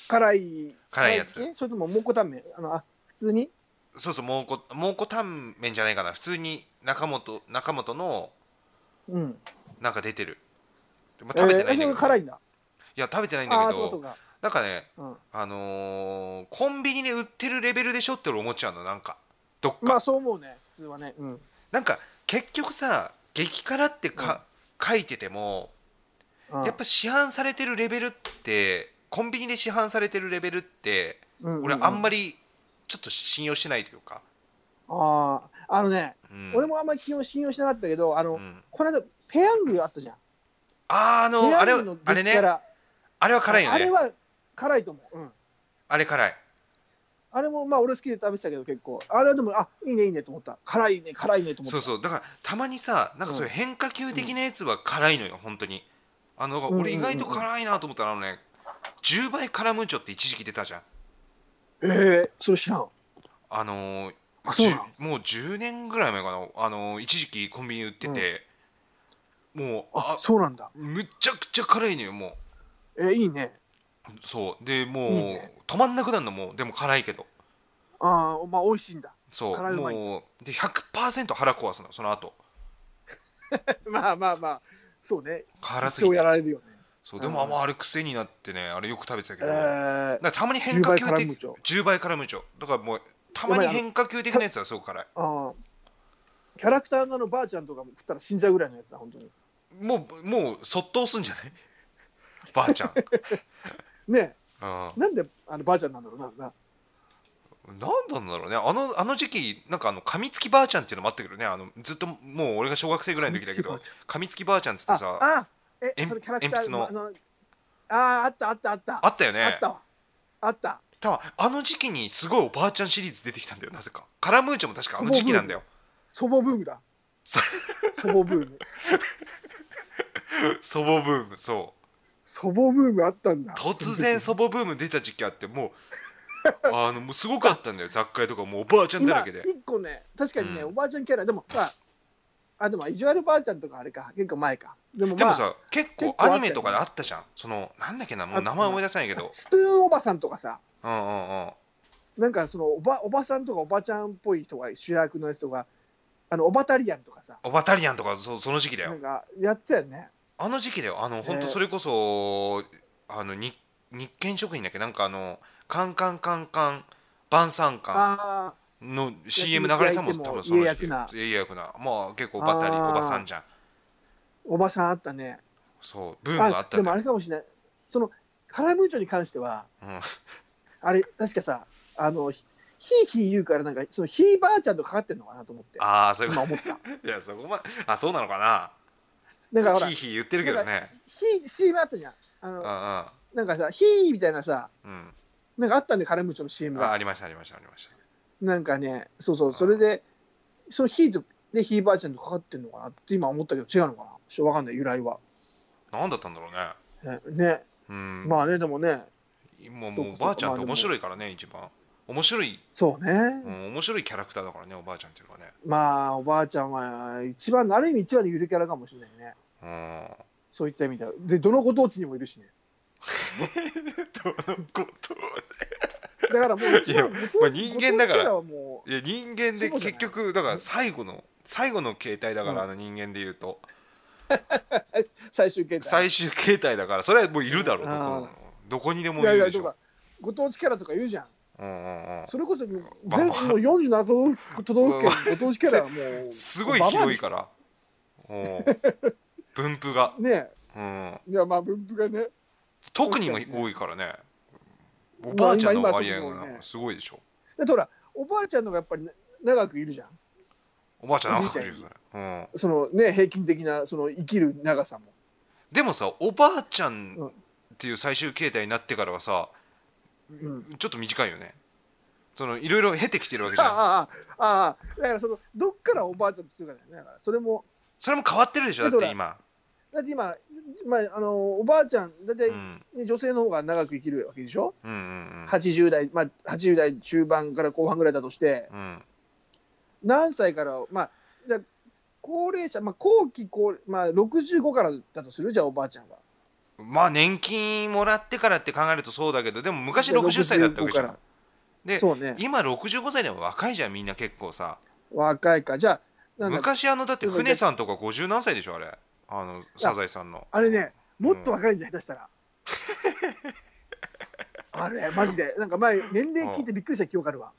Speaker 2: 辛い
Speaker 1: 辛いやつ
Speaker 2: 系それとも蒙古タンメンあのあ普通に
Speaker 1: そうそう蒙古蒙古タンメンじゃないかな普通に中本中本の
Speaker 2: うん
Speaker 1: なんか出てるって、まあ、食べてないんだけど、
Speaker 2: えーあそれが辛いんだ。
Speaker 1: いや食べてないんだ
Speaker 2: あ
Speaker 1: け
Speaker 2: あー、そうかそ
Speaker 1: ど
Speaker 2: うか。
Speaker 1: なんかね
Speaker 2: うん、
Speaker 1: あのーコンビニで売ってるレベルでしょって俺思っちゃうのなんかどっか、
Speaker 2: まあそう思うね、普通はね。うん。
Speaker 1: なんか結局さ激辛ってか、書いてても
Speaker 2: うん
Speaker 1: やっぱ市販されてるレベルってコンビニで市販されてるレベルって
Speaker 2: うんうん
Speaker 1: 俺あんま
Speaker 2: り。
Speaker 1: りちょっと信用してないというか、
Speaker 2: ああ、あのね、
Speaker 1: うん
Speaker 2: 俺もあんまり基本信用しなかったけど、あの、
Speaker 1: うん
Speaker 2: この間、ペヤングあったじゃん。
Speaker 1: あーあ
Speaker 2: ペ
Speaker 1: の
Speaker 2: ヤ
Speaker 1: あれ
Speaker 2: ング
Speaker 1: は
Speaker 2: の
Speaker 1: あれ
Speaker 2: 激
Speaker 1: ね
Speaker 2: 辛
Speaker 1: あれは辛いよ
Speaker 2: あれ
Speaker 1: ね
Speaker 2: は辛いと思う。うん。
Speaker 1: あれ辛い
Speaker 2: あれもまあ俺好きで食べてたけど結構あれはでもあいいねいいねと思った辛いね辛いねと思った
Speaker 1: そうそうだからたまにさなんかそういう
Speaker 2: う
Speaker 1: 変化球的なやつは辛いのよ本当にあの
Speaker 2: うんうんうん
Speaker 1: 俺意外と辛いなと思ったらあのね10倍辛ムーチョって一時期出たじゃん
Speaker 2: ええそれ知らん
Speaker 1: あのー
Speaker 2: あそうなの
Speaker 1: じゅもう10年ぐらい前かなあのー一時期コンビニで売ってて、もう
Speaker 2: あ
Speaker 1: あ
Speaker 2: そうなんだ
Speaker 1: むちゃくちゃ辛いのよも
Speaker 2: えーいいね
Speaker 1: うそうでもう
Speaker 2: いいね
Speaker 1: 止まんなくなるのもうでも辛いけど
Speaker 2: ああまあ美味しいんだ
Speaker 1: そう
Speaker 2: 辛いうまい
Speaker 1: もうで100%腹壊すのその後
Speaker 2: まあまあまあそうね
Speaker 1: 辛す
Speaker 2: 一
Speaker 1: ぎ
Speaker 2: 応
Speaker 1: て
Speaker 2: やられるよね
Speaker 1: そうでもあ,、まあ、あれ癖になってねあれよく食べてたけ
Speaker 2: え
Speaker 1: ど、
Speaker 2: ー
Speaker 1: だからたまに変化球
Speaker 2: 10倍辛
Speaker 1: 的
Speaker 2: ムーチョ
Speaker 1: 10倍辛ムーチョだからもうたまに変化球的なやつはすごく辛い
Speaker 2: ああキャラクターのあのばあちゃんとかも食ったら死んじゃうぐらいのやつだ本当に
Speaker 1: もうもうそっと押すんじゃない ばあちゃん、うん
Speaker 2: ねえなんであのばあちゃんなんだろうなな
Speaker 1: なんなんだろうねあのあの時期なんかあの噛みつきばあちゃんっていうのもあったけどねあのずっともう俺が小学生ぐらいの時だけど噛みつきばあちゃんっつって
Speaker 2: あ
Speaker 1: さあ
Speaker 2: あえ
Speaker 1: 鉛
Speaker 2: それキャラクタ
Speaker 1: 鉛
Speaker 2: ー
Speaker 1: 筆の
Speaker 2: あのあああったあったあった
Speaker 1: ったよ
Speaker 2: あ
Speaker 1: ね
Speaker 2: ったわあった
Speaker 1: 多分あの時期にすごいおばあちゃんシリーズ出てきたんだよなぜかカラムーチョも確かあの時期なんだよ
Speaker 2: 祖母ブームだ
Speaker 1: そ
Speaker 2: 祖母ブーム
Speaker 1: 祖母ブームそう
Speaker 2: 祖母ブームあったんだ
Speaker 1: 突然祖母ブーム出た時期あっても うあのもうすごかったんだよ雑貨屋とかもうおばあちゃんだら
Speaker 2: 今
Speaker 1: けで
Speaker 2: 一個ね確かにね、
Speaker 1: うん
Speaker 2: おばあちゃんキャラでもまああでも意地悪ばあちゃんとかあれか結構前かでも
Speaker 1: で
Speaker 2: ま
Speaker 1: も
Speaker 2: あ
Speaker 1: さ結構
Speaker 2: 結構あ
Speaker 1: ア
Speaker 2: ったよね
Speaker 1: ニメとかであったじゃんそのなんだっけなもう名前思い出せないけど
Speaker 2: スプーンおばさんとかさ
Speaker 1: うんうんうん
Speaker 2: なんかそのおばおばさんとかおばちゃんっぽい人が主役のやつとかあのおばタリアンとかさ
Speaker 1: オバタリアンとかそその時期だよ
Speaker 2: なんかやってたよね
Speaker 1: あの時期だよあの本
Speaker 2: え
Speaker 1: 当
Speaker 2: ー
Speaker 1: それこそ、あの日日券食品だっけなんかあのカンカンカンカン晩餐館
Speaker 2: ああ
Speaker 1: の CM 流れたもん
Speaker 2: 焼き肉焼いても
Speaker 1: 多分その
Speaker 2: 家
Speaker 1: 時
Speaker 2: 役な
Speaker 1: 期家役なまあ結構おばたり
Speaker 2: あー
Speaker 1: おばさんじゃん
Speaker 2: おばさんあったね
Speaker 1: そうブームがあった
Speaker 2: で
Speaker 1: んだ
Speaker 2: もあ
Speaker 1: よ
Speaker 2: れかもしれないそのカラムーチョに関しては
Speaker 1: うん
Speaker 2: あれ確かさあのひひいひい言うからなんかそのひいばあちゃんとかかってんのかなと思って
Speaker 1: ああそういう
Speaker 2: 今
Speaker 1: こ
Speaker 2: 思った
Speaker 1: といやそこまであそうなのか
Speaker 2: なんかほ
Speaker 1: な
Speaker 2: ら
Speaker 1: ひいひい言ってるけどね
Speaker 2: ひ、CM あったじゃん。あ
Speaker 1: う
Speaker 2: の
Speaker 1: んうんあ
Speaker 2: なんかさ、ヒーみたいなさ、なんかあったんで、カレムチョの CM
Speaker 1: あ
Speaker 2: が。
Speaker 1: りましたありましたありました
Speaker 2: なんかね、そうそう、それで、そのヒーと、で、ヒーばあちゃんとかかってんのかなって今思ったけど、違うのかなちょっとわかんない、由来は。
Speaker 1: 何だったんだろうね
Speaker 2: ね、ね
Speaker 1: うん
Speaker 2: まあね、でもね、
Speaker 1: もう
Speaker 2: そう
Speaker 1: もうお
Speaker 2: かそうか
Speaker 1: ばあちゃんって
Speaker 2: まあでも
Speaker 1: 面白いからね一番面白い、
Speaker 2: そう
Speaker 1: う
Speaker 2: ね。
Speaker 1: ん、面白いキャラクターだからねおばあちゃんっていうのはね
Speaker 2: まあ、おばあちゃんは、一番、ある意味一番のゆるキャラかもしれないね。
Speaker 1: うん
Speaker 2: そういった意味では。で、どのご当地にもいるしね。
Speaker 1: どの こと
Speaker 2: だからもう一 番、
Speaker 1: い
Speaker 2: ご
Speaker 1: や
Speaker 2: 当
Speaker 1: まあ人間だから
Speaker 2: ご当地キャラはもう、
Speaker 1: いや人間で
Speaker 2: そうじゃない
Speaker 1: 結局だから最後の最後の形態だから、
Speaker 2: うん
Speaker 1: あの人間で言うと
Speaker 2: 最終形態。
Speaker 1: 最終形態だからそれはもういるだろう、
Speaker 2: うん
Speaker 1: どこどこにでも
Speaker 2: い
Speaker 1: い
Speaker 2: やい
Speaker 1: る
Speaker 2: や、
Speaker 1: でし
Speaker 2: と
Speaker 1: ょ
Speaker 2: か、ご当地キャラとか言うじゃん。
Speaker 1: うんうんうん
Speaker 2: それこそもう
Speaker 1: まあ
Speaker 2: 全
Speaker 1: まあ
Speaker 2: もう47都道府都道府県
Speaker 1: まあ
Speaker 2: ご当地キャラはもう
Speaker 1: すごい
Speaker 2: ババア
Speaker 1: 広
Speaker 2: で
Speaker 1: い
Speaker 2: し
Speaker 1: からおう分布が
Speaker 2: ょ、ね
Speaker 1: うん、
Speaker 2: いやまあ分布がね
Speaker 1: 特にも
Speaker 2: 確かにね
Speaker 1: 多いからね
Speaker 2: まあ
Speaker 1: おばあちゃんの
Speaker 2: 今今
Speaker 1: 割合
Speaker 2: 特にも
Speaker 1: が
Speaker 2: ね
Speaker 1: すごいでしょ
Speaker 2: だってほらおばあちゃんのがやっぱりね長くいるじゃん
Speaker 1: おばあちゃん
Speaker 2: おじ
Speaker 1: ないんかい
Speaker 2: ちゃん
Speaker 1: るよそれうん
Speaker 2: そのね平均的なその生きる長さも
Speaker 1: でもさおばあちゃん
Speaker 2: うん
Speaker 1: っていう最終形態になってからはさ、
Speaker 2: ん
Speaker 1: ちょっと短いよねそのいろいろ経てきてるわけじ
Speaker 2: あ
Speaker 1: ゃん
Speaker 2: あああああだからそのどっからおばあちゃんとするかだよねだからそれも
Speaker 1: それも変わってるでしょ
Speaker 2: え
Speaker 1: だっ
Speaker 2: ど
Speaker 1: て
Speaker 2: れ
Speaker 1: 今、
Speaker 2: だって今、まあ、あのおばあちゃん大体、
Speaker 1: うん、
Speaker 2: ね女性の方が長く生きるわけでしょ
Speaker 1: うんうん
Speaker 2: 80代まあ80代中盤から後半ぐらいだとして
Speaker 1: うんうん
Speaker 2: 何歳から、まあ、じゃあ高齢者、まあ、後期高齢、まあ、65からだとするじゃあおばあちゃんは。
Speaker 1: まあ年金もらってからって考えるとそうだけどでも昔
Speaker 2: じゃあ
Speaker 1: 60歳だったわけじゃ
Speaker 2: 65
Speaker 1: んで
Speaker 2: そうね。
Speaker 1: 今65歳でも若いじゃんみんな結構さ
Speaker 2: 若いか。じゃあ、なんだ
Speaker 1: 昔あのだって船さんとか50何歳でしょあれあのサザエさんの
Speaker 2: あれね、もっと若いんじゃん下手し たらあれマジでなんか前年齢聞いてびっくりした記憶あるわ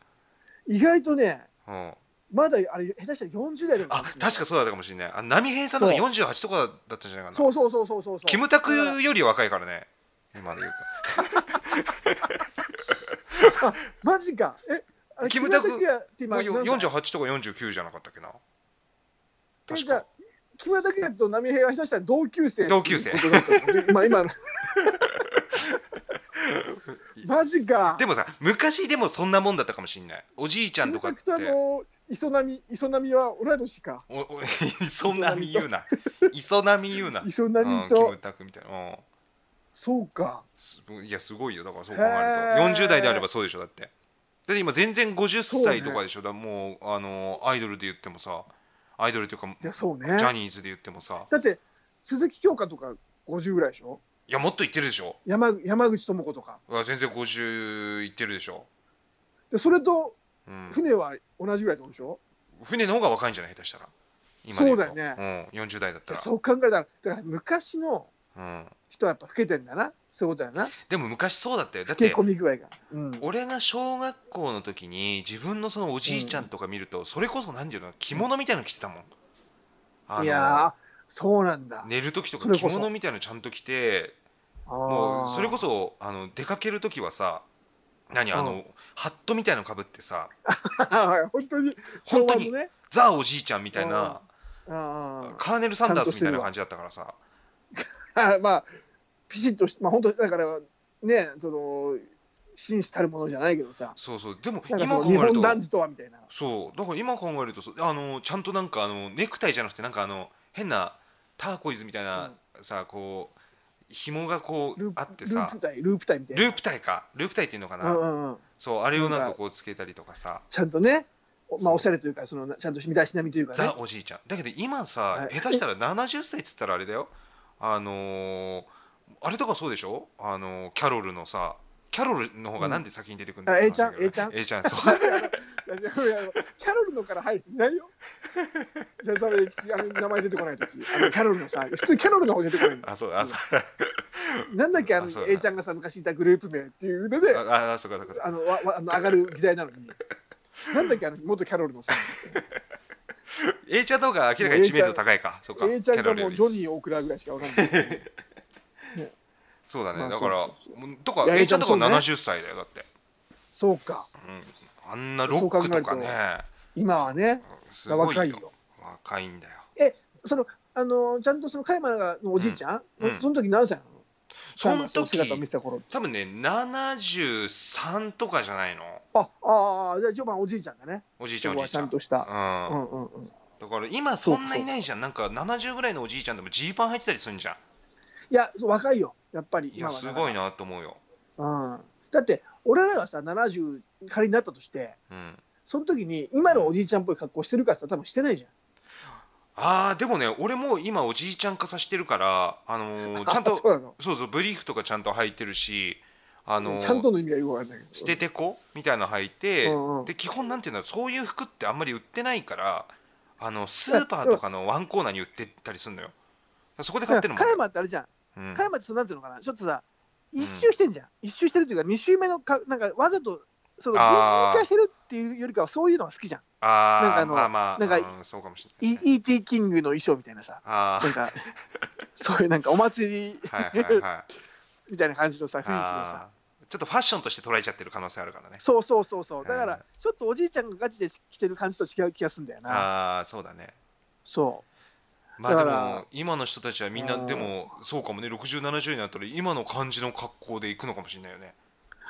Speaker 2: 意外とね
Speaker 1: うん、
Speaker 2: まだあれ下手したら40代だ
Speaker 1: あ確かそうだったかもしれないあ波平さんとか
Speaker 2: そう
Speaker 1: 48とかだったんじゃないかな
Speaker 2: そうそうそうそうそうそう
Speaker 1: キムタクより若いからね今で言う
Speaker 2: マジかえあれ
Speaker 1: キムタク
Speaker 2: やって今
Speaker 1: ともうよ
Speaker 2: 何歳
Speaker 1: 48とか49じゃなかったっけな
Speaker 2: え
Speaker 1: 確
Speaker 2: じゃあ
Speaker 1: か
Speaker 2: 木村拓哉と波平は下手したら同級生
Speaker 1: 同級生
Speaker 2: っていうことだったのね ま あ今のマジか
Speaker 1: でもさ昔でもそんなもんだったかもしれないおじいちゃんとかって
Speaker 2: キムタクとあの磯波磯波は同い年か
Speaker 1: お お磯波言うな磯波言うな
Speaker 2: 磯
Speaker 1: うん
Speaker 2: 波
Speaker 1: キ
Speaker 2: と、
Speaker 1: ムタクみたいなうん
Speaker 2: そうか
Speaker 1: すごいいやすごいよだからそう考えると
Speaker 2: へー
Speaker 1: 40代であればそうでしょだってだって今全然50歳とかでしょだからもうあのアイドルで言ってもさアイドルというか
Speaker 2: い
Speaker 1: ジ
Speaker 2: やそうね
Speaker 1: ャニーズで言ってもさ
Speaker 2: だって鈴木京香とか50ぐらいでしょ
Speaker 1: いやもっといってるでしょ
Speaker 2: 山山口智子とか
Speaker 1: うわ全然50いってるでしょ、
Speaker 2: でそれと
Speaker 1: うん、
Speaker 2: 船は同じぐらいってことでしょ、
Speaker 1: 船の方が若いんじゃない下手したらで言と
Speaker 2: そうだよ
Speaker 1: うん、40代だったら
Speaker 2: そう考えたらだから昔の
Speaker 1: うん、
Speaker 2: 人はやっぱ老けてんだなそういうことだよな
Speaker 1: でも昔そうだったよだ
Speaker 2: 老
Speaker 1: っ
Speaker 2: け
Speaker 1: て
Speaker 2: 込み具合が、うん、
Speaker 1: 俺が小学校の時に自分のそのおじいちゃんとか見ると、それこそ何ていうの着物みたいの着てたもんあの
Speaker 2: いやーそうなんだ、
Speaker 1: 寝る時と
Speaker 2: そ
Speaker 1: か
Speaker 2: れ
Speaker 1: 着
Speaker 2: こそ
Speaker 1: 物みたいのちゃんと着て
Speaker 2: あー
Speaker 1: もうそれこそあの出かける時はさ何あの、
Speaker 2: う
Speaker 1: ハットみたいのかぶってさ
Speaker 2: はい 本当に
Speaker 1: 本
Speaker 2: 昭
Speaker 1: 当
Speaker 2: 和
Speaker 1: に
Speaker 2: のね
Speaker 1: ザおじいちゃんみたいな
Speaker 2: あ
Speaker 1: カーネル・サンダースみたいな感じだったからさ
Speaker 2: あ まあピシッとしまあ本当だからねその紳士たるものじゃないけどさ
Speaker 1: そうそうでも
Speaker 2: なんか
Speaker 1: 今
Speaker 2: その
Speaker 1: 考
Speaker 2: 日
Speaker 1: える
Speaker 2: 本
Speaker 1: と
Speaker 2: 男児とはみたいな
Speaker 1: そうだから今考えるとそうあのちゃんとなんかあのネクタイじゃなくてなんかあの変なターコイズみたいな、さこう紐がこ
Speaker 2: ル
Speaker 1: う
Speaker 2: ープ
Speaker 1: あって
Speaker 2: ルー
Speaker 1: さ
Speaker 2: プ隊ループ隊みたいな
Speaker 1: ループタイかループタイっていうのかな、
Speaker 2: うんうんうん、
Speaker 1: そうあれをなんかこうつけたりとかさ
Speaker 2: ちゃんとねおまあおしゃれというかそのちゃんと身だしなみというかね
Speaker 1: ザおじいちゃんだけど今さ
Speaker 2: はい
Speaker 1: 下手したら70歳っつったらあれだよあのーあれとかそうでしょあのーキャロルのさキャロルの方がなんで先に出てくるの
Speaker 2: うんあ A
Speaker 1: か
Speaker 2: ちゃん A
Speaker 1: 話
Speaker 2: ちゃ
Speaker 1: だ
Speaker 2: ん
Speaker 1: けどね A ちゃんそう
Speaker 2: いやいやいや キャロルのから入る人いないよじゃあそれあの名前出てこない時あのキャロルのさ普通キャロルの方出てこないんだ
Speaker 1: あそうあそう
Speaker 2: なんだっけあの
Speaker 1: あそうだ
Speaker 2: A ちゃんがさ昔いたグループ名っていうので
Speaker 1: ああそうかそうかそうか
Speaker 2: あのわわあの上がる議 題なのに。なんだっけあの元キャロルのさ
Speaker 1: A ちゃんの方が明らかに知名度高いかそうか
Speaker 2: A ちゃん
Speaker 1: キャ
Speaker 2: が
Speaker 1: ロルよ
Speaker 2: もう
Speaker 1: り
Speaker 2: ジョニー・オクラぐらいしかわかんない
Speaker 1: そうだね、
Speaker 2: まあ
Speaker 1: だから
Speaker 2: そうそう
Speaker 1: もうとか
Speaker 2: いや
Speaker 1: A ちゃんとか
Speaker 2: ちゃんと
Speaker 1: 70歳だよだって、
Speaker 2: そうか
Speaker 1: うん、あんなロックとかね
Speaker 2: そう考今はね
Speaker 1: すごいよ
Speaker 2: 若いよ
Speaker 1: 若いんだよ
Speaker 2: そのあのちゃんとその加山のおじいちゃん、
Speaker 1: うん
Speaker 2: その時何歳なの
Speaker 1: そ
Speaker 2: 加
Speaker 1: の
Speaker 2: 山さん
Speaker 1: 時
Speaker 2: 姿を見せた頃
Speaker 1: 多分ね73とかじゃないの
Speaker 2: ああーじゃあ序盤おじいちゃんがね
Speaker 1: おじいち
Speaker 2: そ
Speaker 1: ゃん
Speaker 2: こ
Speaker 1: おじ
Speaker 2: はいち
Speaker 1: ち
Speaker 2: ゃ
Speaker 1: ゃん
Speaker 2: んとした、う
Speaker 1: うん
Speaker 2: んうんうん、
Speaker 1: だから今そんないないじゃんなんか70ぐらいのおじいちゃんでもジーパン入ってたりするんじゃん
Speaker 2: いやそう若いよやっぱり
Speaker 1: いや
Speaker 2: は
Speaker 1: すごいなと思うよ、
Speaker 2: うん、だって俺らがさ70仮になったとして
Speaker 1: うん、
Speaker 2: その時に今のおじいちゃんっぽい格好してるかさ多分してないじゃん
Speaker 1: あーでもね俺もう今おじいちゃん化さしてるから、あのーちゃんと
Speaker 2: そうなの、
Speaker 1: そうそうブリーフとかちゃんと履いてるし、あのー
Speaker 2: ちゃんとの意味がよくわかんないけど
Speaker 1: 捨ててこみたいなの履いて、
Speaker 2: うんうん
Speaker 1: で基本なんていうのそういう服ってあんまり売ってないからあのスーパーとかのワンコーナーに売ってたりするのよそこで買ってるもん
Speaker 2: 加、山ってあれじゃん
Speaker 1: うん
Speaker 2: 加山ってそのなんていうのかなちょっとさ一周してんじゃん、一周してるというか二周目のかなんかわざとその人
Speaker 1: あー
Speaker 2: 種化してるっていうよりかはそういうのが好きじゃんな
Speaker 1: あ
Speaker 2: んか
Speaker 1: あ
Speaker 2: あの
Speaker 1: まあまあ
Speaker 2: なんか
Speaker 1: うんそうかもしれない、
Speaker 2: E- E.T. キングの衣装みたいなさ
Speaker 1: あ
Speaker 2: なんかそういうなんかお祭り
Speaker 1: あはいはいはい
Speaker 2: みたいな感じのさ雰囲気の
Speaker 1: あ
Speaker 2: さ
Speaker 1: ーちょっとファッションとして捉えちゃってる可能性あるからね
Speaker 2: そうそうそうそうだか
Speaker 1: うん
Speaker 2: らちょっとおじいちゃんがガチで着てる感じと違う気がするんだよな
Speaker 1: ああーそうだね
Speaker 2: そ
Speaker 1: まあで
Speaker 2: だから
Speaker 1: も今の人たちはみんな
Speaker 2: うん
Speaker 1: でもそうかもね6070になったら今の感じの格好でいくのかもしれないよね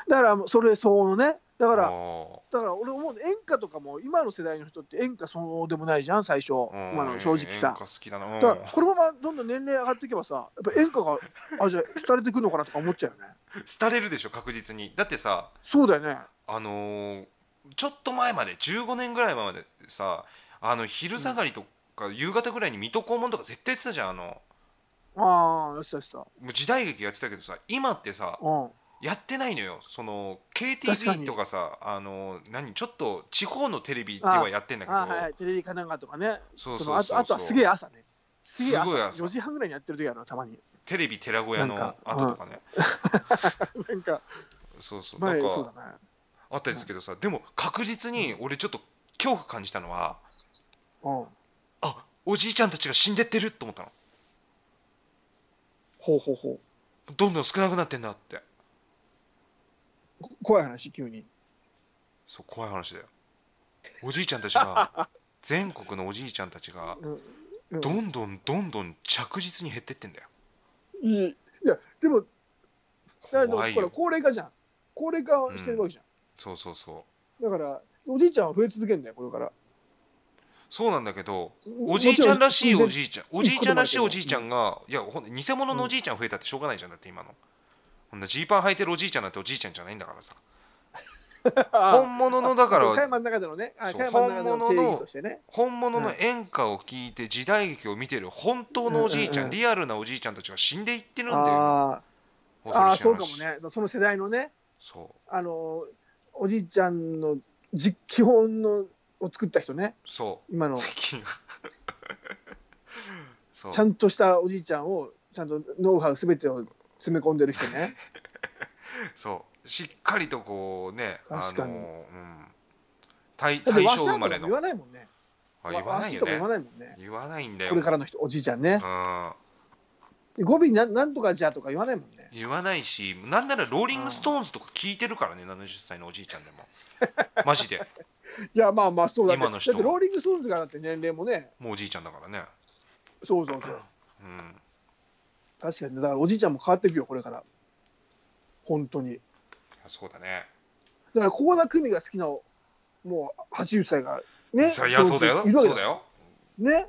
Speaker 2: うだからもうそれ相応のねだから
Speaker 1: あー
Speaker 2: だから俺思うの演歌とかも今の世代の人って演歌相応でもないじゃん最初
Speaker 1: うん
Speaker 2: 今の正直
Speaker 1: 演
Speaker 2: さ
Speaker 1: 歌好きだなうん
Speaker 2: だからこのままどんどん年齢上がっていけばさやっぱ演歌があじゃあ廃れてくるのかなとか思っちゃうよね
Speaker 1: 廃れるでしょ確実にだってさ
Speaker 2: そうだよね
Speaker 1: あのーちょっと前まで15年ぐらい前までさあの昼下がりとか夕方ぐらいに水戸黄門とか絶対やってたじゃんあの
Speaker 2: ああよしよしよし
Speaker 1: もう時代劇やってたけどさ今ってさ
Speaker 2: うん
Speaker 1: やってないのよその
Speaker 2: 確か
Speaker 1: KTV
Speaker 2: に
Speaker 1: とかさあのー何ちょっと地方のテレビではやってんだけど、
Speaker 2: あはいはい、テレビ神奈川とかね、
Speaker 1: そうそうそう
Speaker 2: そ
Speaker 1: そう
Speaker 2: のあとあとはすげえ朝ね、すげ
Speaker 1: す
Speaker 2: え
Speaker 1: ごい
Speaker 2: 朝
Speaker 1: 朝
Speaker 2: 4時半ぐらいにやってる時あるの、たまに。
Speaker 1: テレビ寺子屋の
Speaker 2: なんか
Speaker 1: 後とかね
Speaker 2: なんか
Speaker 1: そうそうなん
Speaker 2: 前そう
Speaker 1: か
Speaker 2: だな
Speaker 1: あったりするけどさでも確実に俺ちょっと恐怖感じたのは
Speaker 2: うん
Speaker 1: あおじいちゃんたちが死んでってると思ったの
Speaker 2: ほうほうほう
Speaker 1: どんどん少なくなってんだって
Speaker 2: こ怖い話急に
Speaker 1: そう怖い話だよおじいちゃんたち が全国のおじいちゃんたちが
Speaker 2: うんうん
Speaker 1: どんどんどんどん着実に減ってってんだよ
Speaker 2: いいいやでもだけど
Speaker 1: 怖い
Speaker 2: ほら
Speaker 1: よ
Speaker 2: 高齢化じゃん高齢化をしてるわけじゃん、
Speaker 1: そうそうそう
Speaker 2: だからおじいちゃんは増え続けるんだよこれから
Speaker 1: そうなんだけど
Speaker 2: も
Speaker 1: おじいちゃんらしいお
Speaker 2: い
Speaker 1: じいちゃんおじいちゃんらしいおじいちゃんがいやほん偽物のおじいちゃん増えたってしょうがないじゃんだって今のこんなジーパン履いてるおじいちゃんなんておじいちゃんじゃないんだからさ本物のだか
Speaker 2: 加
Speaker 1: ら
Speaker 2: 山の中でのねあ
Speaker 1: そう
Speaker 2: 加山の中での定義としてね
Speaker 1: 本物の演歌を聞いて時代劇を見てる本当のおじいちゃ
Speaker 2: うんんうん
Speaker 1: リアルなおじいちゃんたちが死んでいってるんだよ
Speaker 2: あー
Speaker 1: 恐
Speaker 2: あ
Speaker 1: ろ
Speaker 2: ー
Speaker 1: しい話
Speaker 2: そうかもねその世代のね
Speaker 1: そう
Speaker 2: あのおじいちゃんのじ基本のを作った人ね
Speaker 1: そう
Speaker 2: 今の
Speaker 1: そう
Speaker 2: ちゃんとしたおじいちゃんをちゃんとノウハウすべてを詰め込んでる人ね
Speaker 1: そうしっかりとこうねあ
Speaker 2: 確か
Speaker 1: の、う
Speaker 2: に
Speaker 1: ん、大
Speaker 2: だっ て
Speaker 1: 大
Speaker 2: わし
Speaker 1: 正生
Speaker 2: ゃとか
Speaker 1: ま
Speaker 2: も
Speaker 1: れの
Speaker 2: 言わないもんね
Speaker 1: あ言わないよ
Speaker 2: わしと
Speaker 1: ね
Speaker 2: か言わないもんね
Speaker 1: 言わないんだよ
Speaker 2: これからの人おじいちゃんね
Speaker 1: うん
Speaker 2: 語尾なんなんとかじゃとか言わないもんね
Speaker 1: 言わないしなんならローリングストーンズとか聞いてるからね70歳のおじいちゃんでも マジで
Speaker 2: いやまあまあそうだね
Speaker 1: 今の人
Speaker 2: だってローリング・ストーンズがだって年齢もね
Speaker 1: もうおじいちゃんだからね
Speaker 2: そうそうそう
Speaker 1: うん
Speaker 2: 確かにだからおじいちゃんも変わっていくよこれから本当に
Speaker 1: そうだね
Speaker 2: だから倖田來未が好きなもう80歳がね
Speaker 1: そういやそうだよ
Speaker 2: いるわけ
Speaker 1: そうだよ
Speaker 2: ね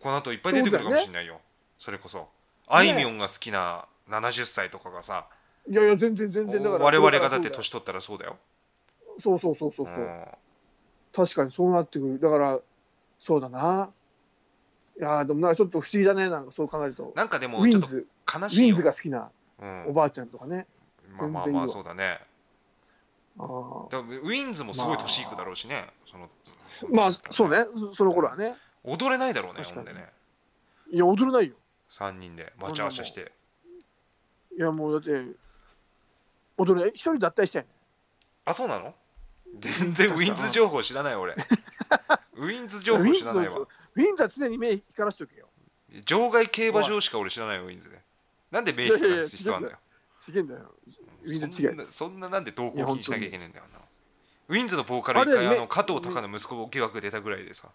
Speaker 1: この後いっぱい出てくるかもしれないよそれこそあいみょんが好きな70歳とかがさ、
Speaker 2: いやいや全然全然だから
Speaker 1: 我々がだって年取ったらそうだよ
Speaker 2: そうそうそうそうそう、確かにそうなってくるだからそうだないやーでもなんかちょっと不思議だねなんかそう考えると
Speaker 1: うんなんかでも
Speaker 2: ウ
Speaker 1: ち
Speaker 2: ィ
Speaker 1: ょ
Speaker 2: ン
Speaker 1: っと
Speaker 2: ズ
Speaker 1: 悲
Speaker 2: ウ
Speaker 1: しい
Speaker 2: ィン
Speaker 1: よ
Speaker 2: ズが好きな
Speaker 1: うん
Speaker 2: おばあちゃんとかね、
Speaker 1: まあまあ
Speaker 2: 全然いい
Speaker 1: まあ
Speaker 2: わ
Speaker 1: そうだね
Speaker 2: あー
Speaker 1: でもウィンズもすごい年いくだろうしね、その
Speaker 2: まあそうねそその頃はね
Speaker 1: 踊れないだろうね
Speaker 2: 確
Speaker 1: ほ
Speaker 2: か
Speaker 1: んで
Speaker 2: に
Speaker 1: ね
Speaker 2: いや踊れないよ
Speaker 1: 3人でわちゃわちゃして
Speaker 2: いやもうだって踊れない一人脱退したいね
Speaker 1: あそうなの全然ウィンズ情報知らない 俺ウィンズ情
Speaker 2: ウ
Speaker 1: 報
Speaker 2: ィン
Speaker 1: 知
Speaker 2: ズ
Speaker 1: ら
Speaker 2: の
Speaker 1: ないわ
Speaker 2: ウィンズは常に目光らせておけよ
Speaker 1: 場外競馬場しか俺知らないよウィンズでなんで名機
Speaker 2: いやいやい
Speaker 1: が
Speaker 2: や
Speaker 1: 必要なんだよ
Speaker 2: 違えんだよウィンズ
Speaker 1: そん
Speaker 2: 違う
Speaker 1: な そんななんで同
Speaker 2: いや
Speaker 1: 行
Speaker 2: 本
Speaker 1: 禁
Speaker 2: 当
Speaker 1: 止しなきゃ
Speaker 2: に
Speaker 1: いけないんだよなウィンズのボーカル一
Speaker 2: あれ
Speaker 1: 回
Speaker 2: ね
Speaker 1: あの加藤隆の息子疑惑出たぐらいでさ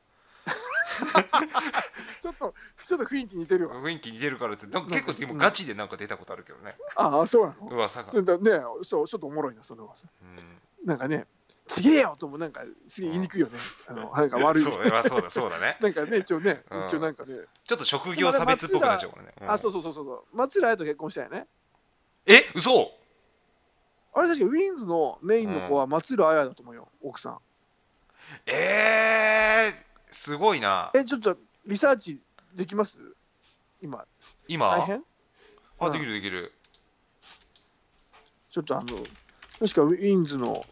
Speaker 2: ちょっとちょっと雰囲気似てるわ
Speaker 1: 雰囲気似てるからってなんか結構でもガチでなんか出たことあるけどね
Speaker 2: ああそうなの
Speaker 1: 噂が
Speaker 2: それだねそうちょっとおもろいなその噂
Speaker 1: うん
Speaker 2: なんかねちげえよともなんかすげえ言いにくいよねあのなんか悪い
Speaker 1: そうまあそうだそうだ ね
Speaker 2: なんかね一応ね
Speaker 1: うん
Speaker 2: 一応なんかね
Speaker 1: ちょっと職業差別っぽくなっちゃうからね、うん
Speaker 2: あそうそうそうそうそう松浦綾と結婚したよね
Speaker 1: え嘘
Speaker 2: あれ確かウィンズのメインの子は松浦綾だと思うよ奥さん
Speaker 1: えー、すごいな
Speaker 2: えちょっとリサーチできます今大
Speaker 1: 今
Speaker 2: 変
Speaker 1: あできるできる
Speaker 2: ちょっとあの、確かウィンズの、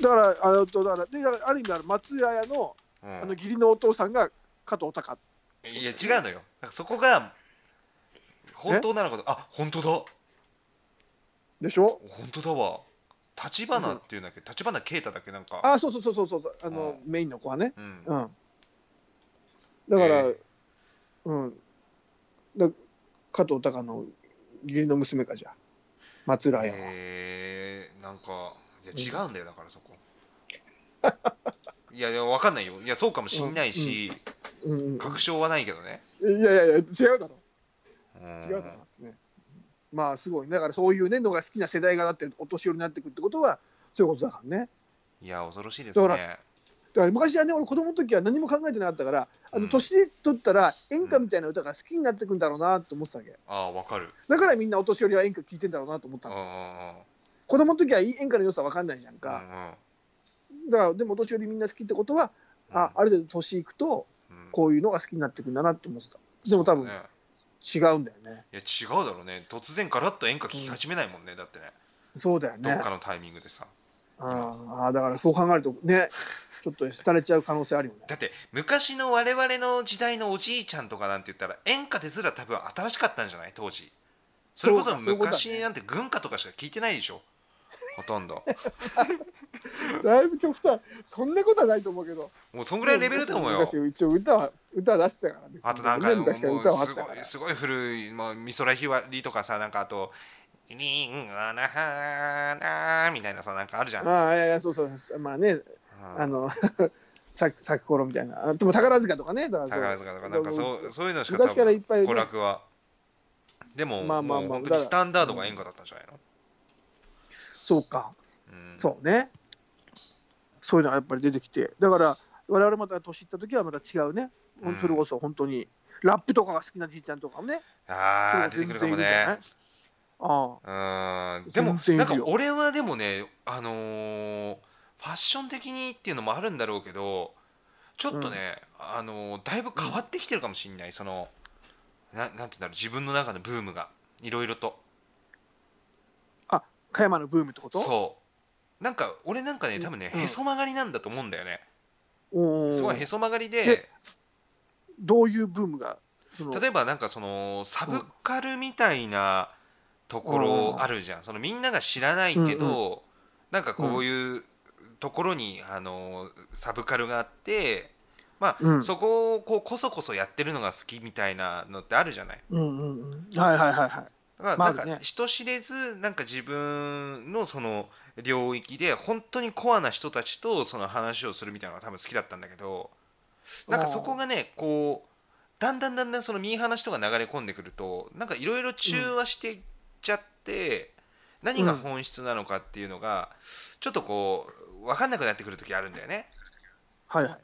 Speaker 2: だから、あれと、だから、でだからある意味、あの松浦屋の
Speaker 1: う
Speaker 2: あ
Speaker 1: ん
Speaker 2: の義理のお父さんが加藤隆。
Speaker 1: いや違うのよなんかそこが本当なのかとあ本当だ
Speaker 2: でしょ
Speaker 1: 本当だわ立花っていうんだっけ立花啓太だっけなんか
Speaker 2: あ、そうそうそうそうそう、あの、メインの子はね。
Speaker 1: うん
Speaker 2: うん。だから、
Speaker 1: え
Speaker 2: うん。だ加藤隆の義理の娘かじゃあ松浦屋は。
Speaker 1: えー、なんかいや違うんだよだからそこいやでも分かんないよいやそうかもしんないし、
Speaker 2: うんうん
Speaker 1: 確証はないけどね、
Speaker 2: いやいやいや、違うだろ。
Speaker 1: うん
Speaker 2: 違うだろってね。まあ、すごい。だから、そういうね、のが好きな世代がだって、お年寄りになってくるってことは、そういうことだからね。
Speaker 1: いや恐ろしいですね
Speaker 2: だからだから昔はね俺子供の時は何も考えてなかったからあ
Speaker 1: うん
Speaker 2: の年取ったら演歌みたいな歌が好きになってくんだろうなと思ってたわけ
Speaker 1: ああ分かる
Speaker 2: だからみんなお年寄りは演歌聴いてんだろうなと思った
Speaker 1: うんう
Speaker 2: の
Speaker 1: ん
Speaker 2: 子供の時はいい演歌の良さ分かんないじゃん
Speaker 1: うんう
Speaker 2: か、
Speaker 1: ん
Speaker 2: だからでもお年寄りみんな好きってことは、
Speaker 1: うん
Speaker 2: あある程度年いくと
Speaker 1: うん
Speaker 2: こういうのが好きになってくんだなって思ってたでも多分
Speaker 1: そうだね
Speaker 2: 違うんだよね
Speaker 1: いや違うだろうね突然ガラッと演歌聴き始めないもんね、だってね
Speaker 2: そうだよ
Speaker 1: ど
Speaker 2: ね
Speaker 1: っかのタイミングでさ、
Speaker 2: ああ、だからそう考えるとね、ちょっと廃れちゃう可能性あるよ ね。
Speaker 1: だって昔の我々の時代のおじいちゃんとかなんて言ったら演歌ですら多分新しかったんじゃない当時それこそ
Speaker 2: そうかそういうことだね
Speaker 1: 昔なんて軍歌とかしか聞いてないでし ょほとんど
Speaker 2: だいぶ極端、そんなことはないと思うけど。
Speaker 1: もうそんぐらいレベルだと思うよ
Speaker 2: 昔一応歌は、歌は出してたからです
Speaker 1: あとなんかもう
Speaker 2: 昔
Speaker 1: す
Speaker 2: から
Speaker 1: ご
Speaker 2: 歌はあったから。
Speaker 1: いすごい古い、まあ、美空ひばりとかさなんかあと「リンゴの花」みたいなさなんかあるじゃん、
Speaker 2: ああ、いやいや、そうそう、まあね、
Speaker 1: うん
Speaker 2: あの、 咲咲く頃みたいな。あでも宝塚とかね、だか
Speaker 1: 宝
Speaker 2: らそう
Speaker 1: 塚とかなんかそうそういうのしか多
Speaker 2: 昔からい
Speaker 1: 分
Speaker 2: っぱいね
Speaker 1: 娯楽はでも
Speaker 2: まあまあまあ
Speaker 1: もう本当にスタンダードが演歌だったんじゃないの、
Speaker 2: そうか、
Speaker 1: うん
Speaker 2: そうね。そういうのがやっぱり出てきて、だから、我々また年いった時はまた違うね。ほん
Speaker 1: うん
Speaker 2: それこそ本当に、ラップとかが好きなじいちゃんとかもね。
Speaker 1: ああ出てくるかもね。
Speaker 2: ああ、
Speaker 1: うーんでも
Speaker 2: 全然いる
Speaker 1: な
Speaker 2: よ
Speaker 1: んか俺はでもねあのーファッション的にっていうのもあるんだろうけどちょっとね、あのーだいぶ変わってきてるかもしんないそのななんて言うんだろう自分の中のブームがいろいろと
Speaker 2: 加山のブームってこと
Speaker 1: そうなんか俺なんかね多分ね、
Speaker 2: うん
Speaker 1: へそ曲がりなんだと思うんだよね
Speaker 2: おー
Speaker 1: すごいへそ曲がりで
Speaker 2: でどういうブームがその
Speaker 1: 例えばなんかそのサブカルみたいなところあるじゃん、そのみんなが知らないけど、なんかこういうところにあのサブカルがあってまあ、
Speaker 2: うん
Speaker 1: そこをこうこそこそやってるのが好きみたいなのってあるじゃない
Speaker 2: うんうんうんはいはいはいはい
Speaker 1: だから
Speaker 2: まあ
Speaker 1: な
Speaker 2: あ
Speaker 1: ん
Speaker 2: る
Speaker 1: か
Speaker 2: ね
Speaker 1: 人知れずなんか自分のその領域で本当にコアな人たちとその話をするみたいなのが多分好きだったんだけどなんかそこがねこうだんだんだんだんそのミーハーな人が流れ込んでくるとなんかいろいろ中和していっちゃって、何が本質なのかっていうのがちょっとこう分かんなくなってくる時あるんだよね。
Speaker 2: はいはい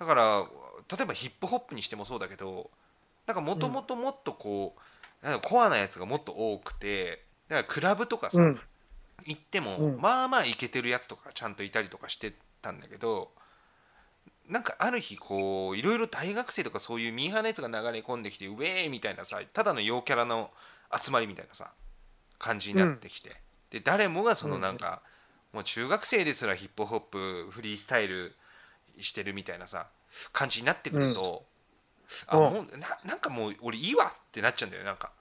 Speaker 1: だから例えばヒップホップにしてもそうだけどなんかもともともっとこう、なんかコアなやつがもっと多くてだからクラブとかさ、
Speaker 2: うん
Speaker 1: 行っても、
Speaker 2: うん
Speaker 1: まあまあイケてるやつとかちゃんといたりとかしてたんだけどなんかある日こういろいろ大学生とかそういうミーハーなやつが流れ込んできてウェーイみたいなさただの陽キャラの集まりみたいなさ感じになってきて、で誰もがそのなんか、もう中学生ですらヒップホップフリースタイルしてるみたいなさ感じになってくると、あ
Speaker 2: うん
Speaker 1: もうななんかもう俺いいわってなっちゃうんだよなんか。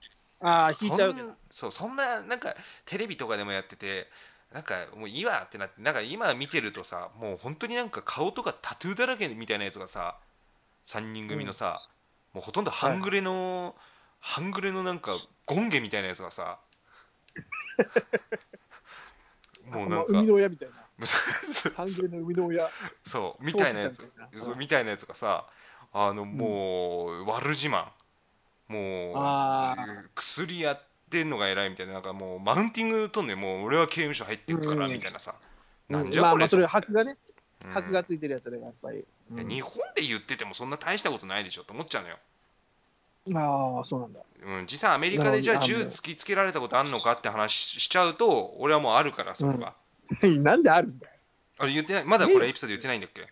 Speaker 2: ああ引いちゃう
Speaker 1: そ
Speaker 2: わけ
Speaker 1: ん
Speaker 2: ど
Speaker 1: そうそんななんかテレビとかでもやっててなんかもういいわってなってなんか今見てるとさもう本当になんか顔とかタトゥーだらけみたいなやつがさ3人組のさ、もうほとんど半グレの、半グレのなんかゴンゲみたいなやつが さもう
Speaker 2: ま
Speaker 1: な
Speaker 2: あ
Speaker 1: んか
Speaker 2: 海の親みたい な
Speaker 1: そう
Speaker 2: 半グレの海の親
Speaker 1: そうみたいなやつ
Speaker 2: 創始者みたいな
Speaker 1: そうみたいなやつがさあのもう、悪自慢もう
Speaker 2: あ
Speaker 1: 薬やってんのが偉いみたいななんかもうマウンティングとんでもう俺は刑務所入ってるから
Speaker 2: うん
Speaker 1: みたいなさ、
Speaker 2: う
Speaker 1: なん
Speaker 2: ん
Speaker 1: じゃ
Speaker 2: まあ
Speaker 1: これ、
Speaker 2: まあそれ箔がね
Speaker 1: うん
Speaker 2: 箔がついてるやつだからやっぱりうん
Speaker 1: 日本で言っててもそんな大したことないでしょと思っちゃうのよ、
Speaker 2: ああそうなんだ
Speaker 1: うん、実際アメリカでじゃあ
Speaker 2: なるほ
Speaker 1: 銃
Speaker 2: ど
Speaker 1: 突きつけられたことあんのかって話しちゃうと俺はもうあるからそれが、
Speaker 2: なんであるんだよ
Speaker 1: あれ言ってないまだこれエピソード言ってないんだっけ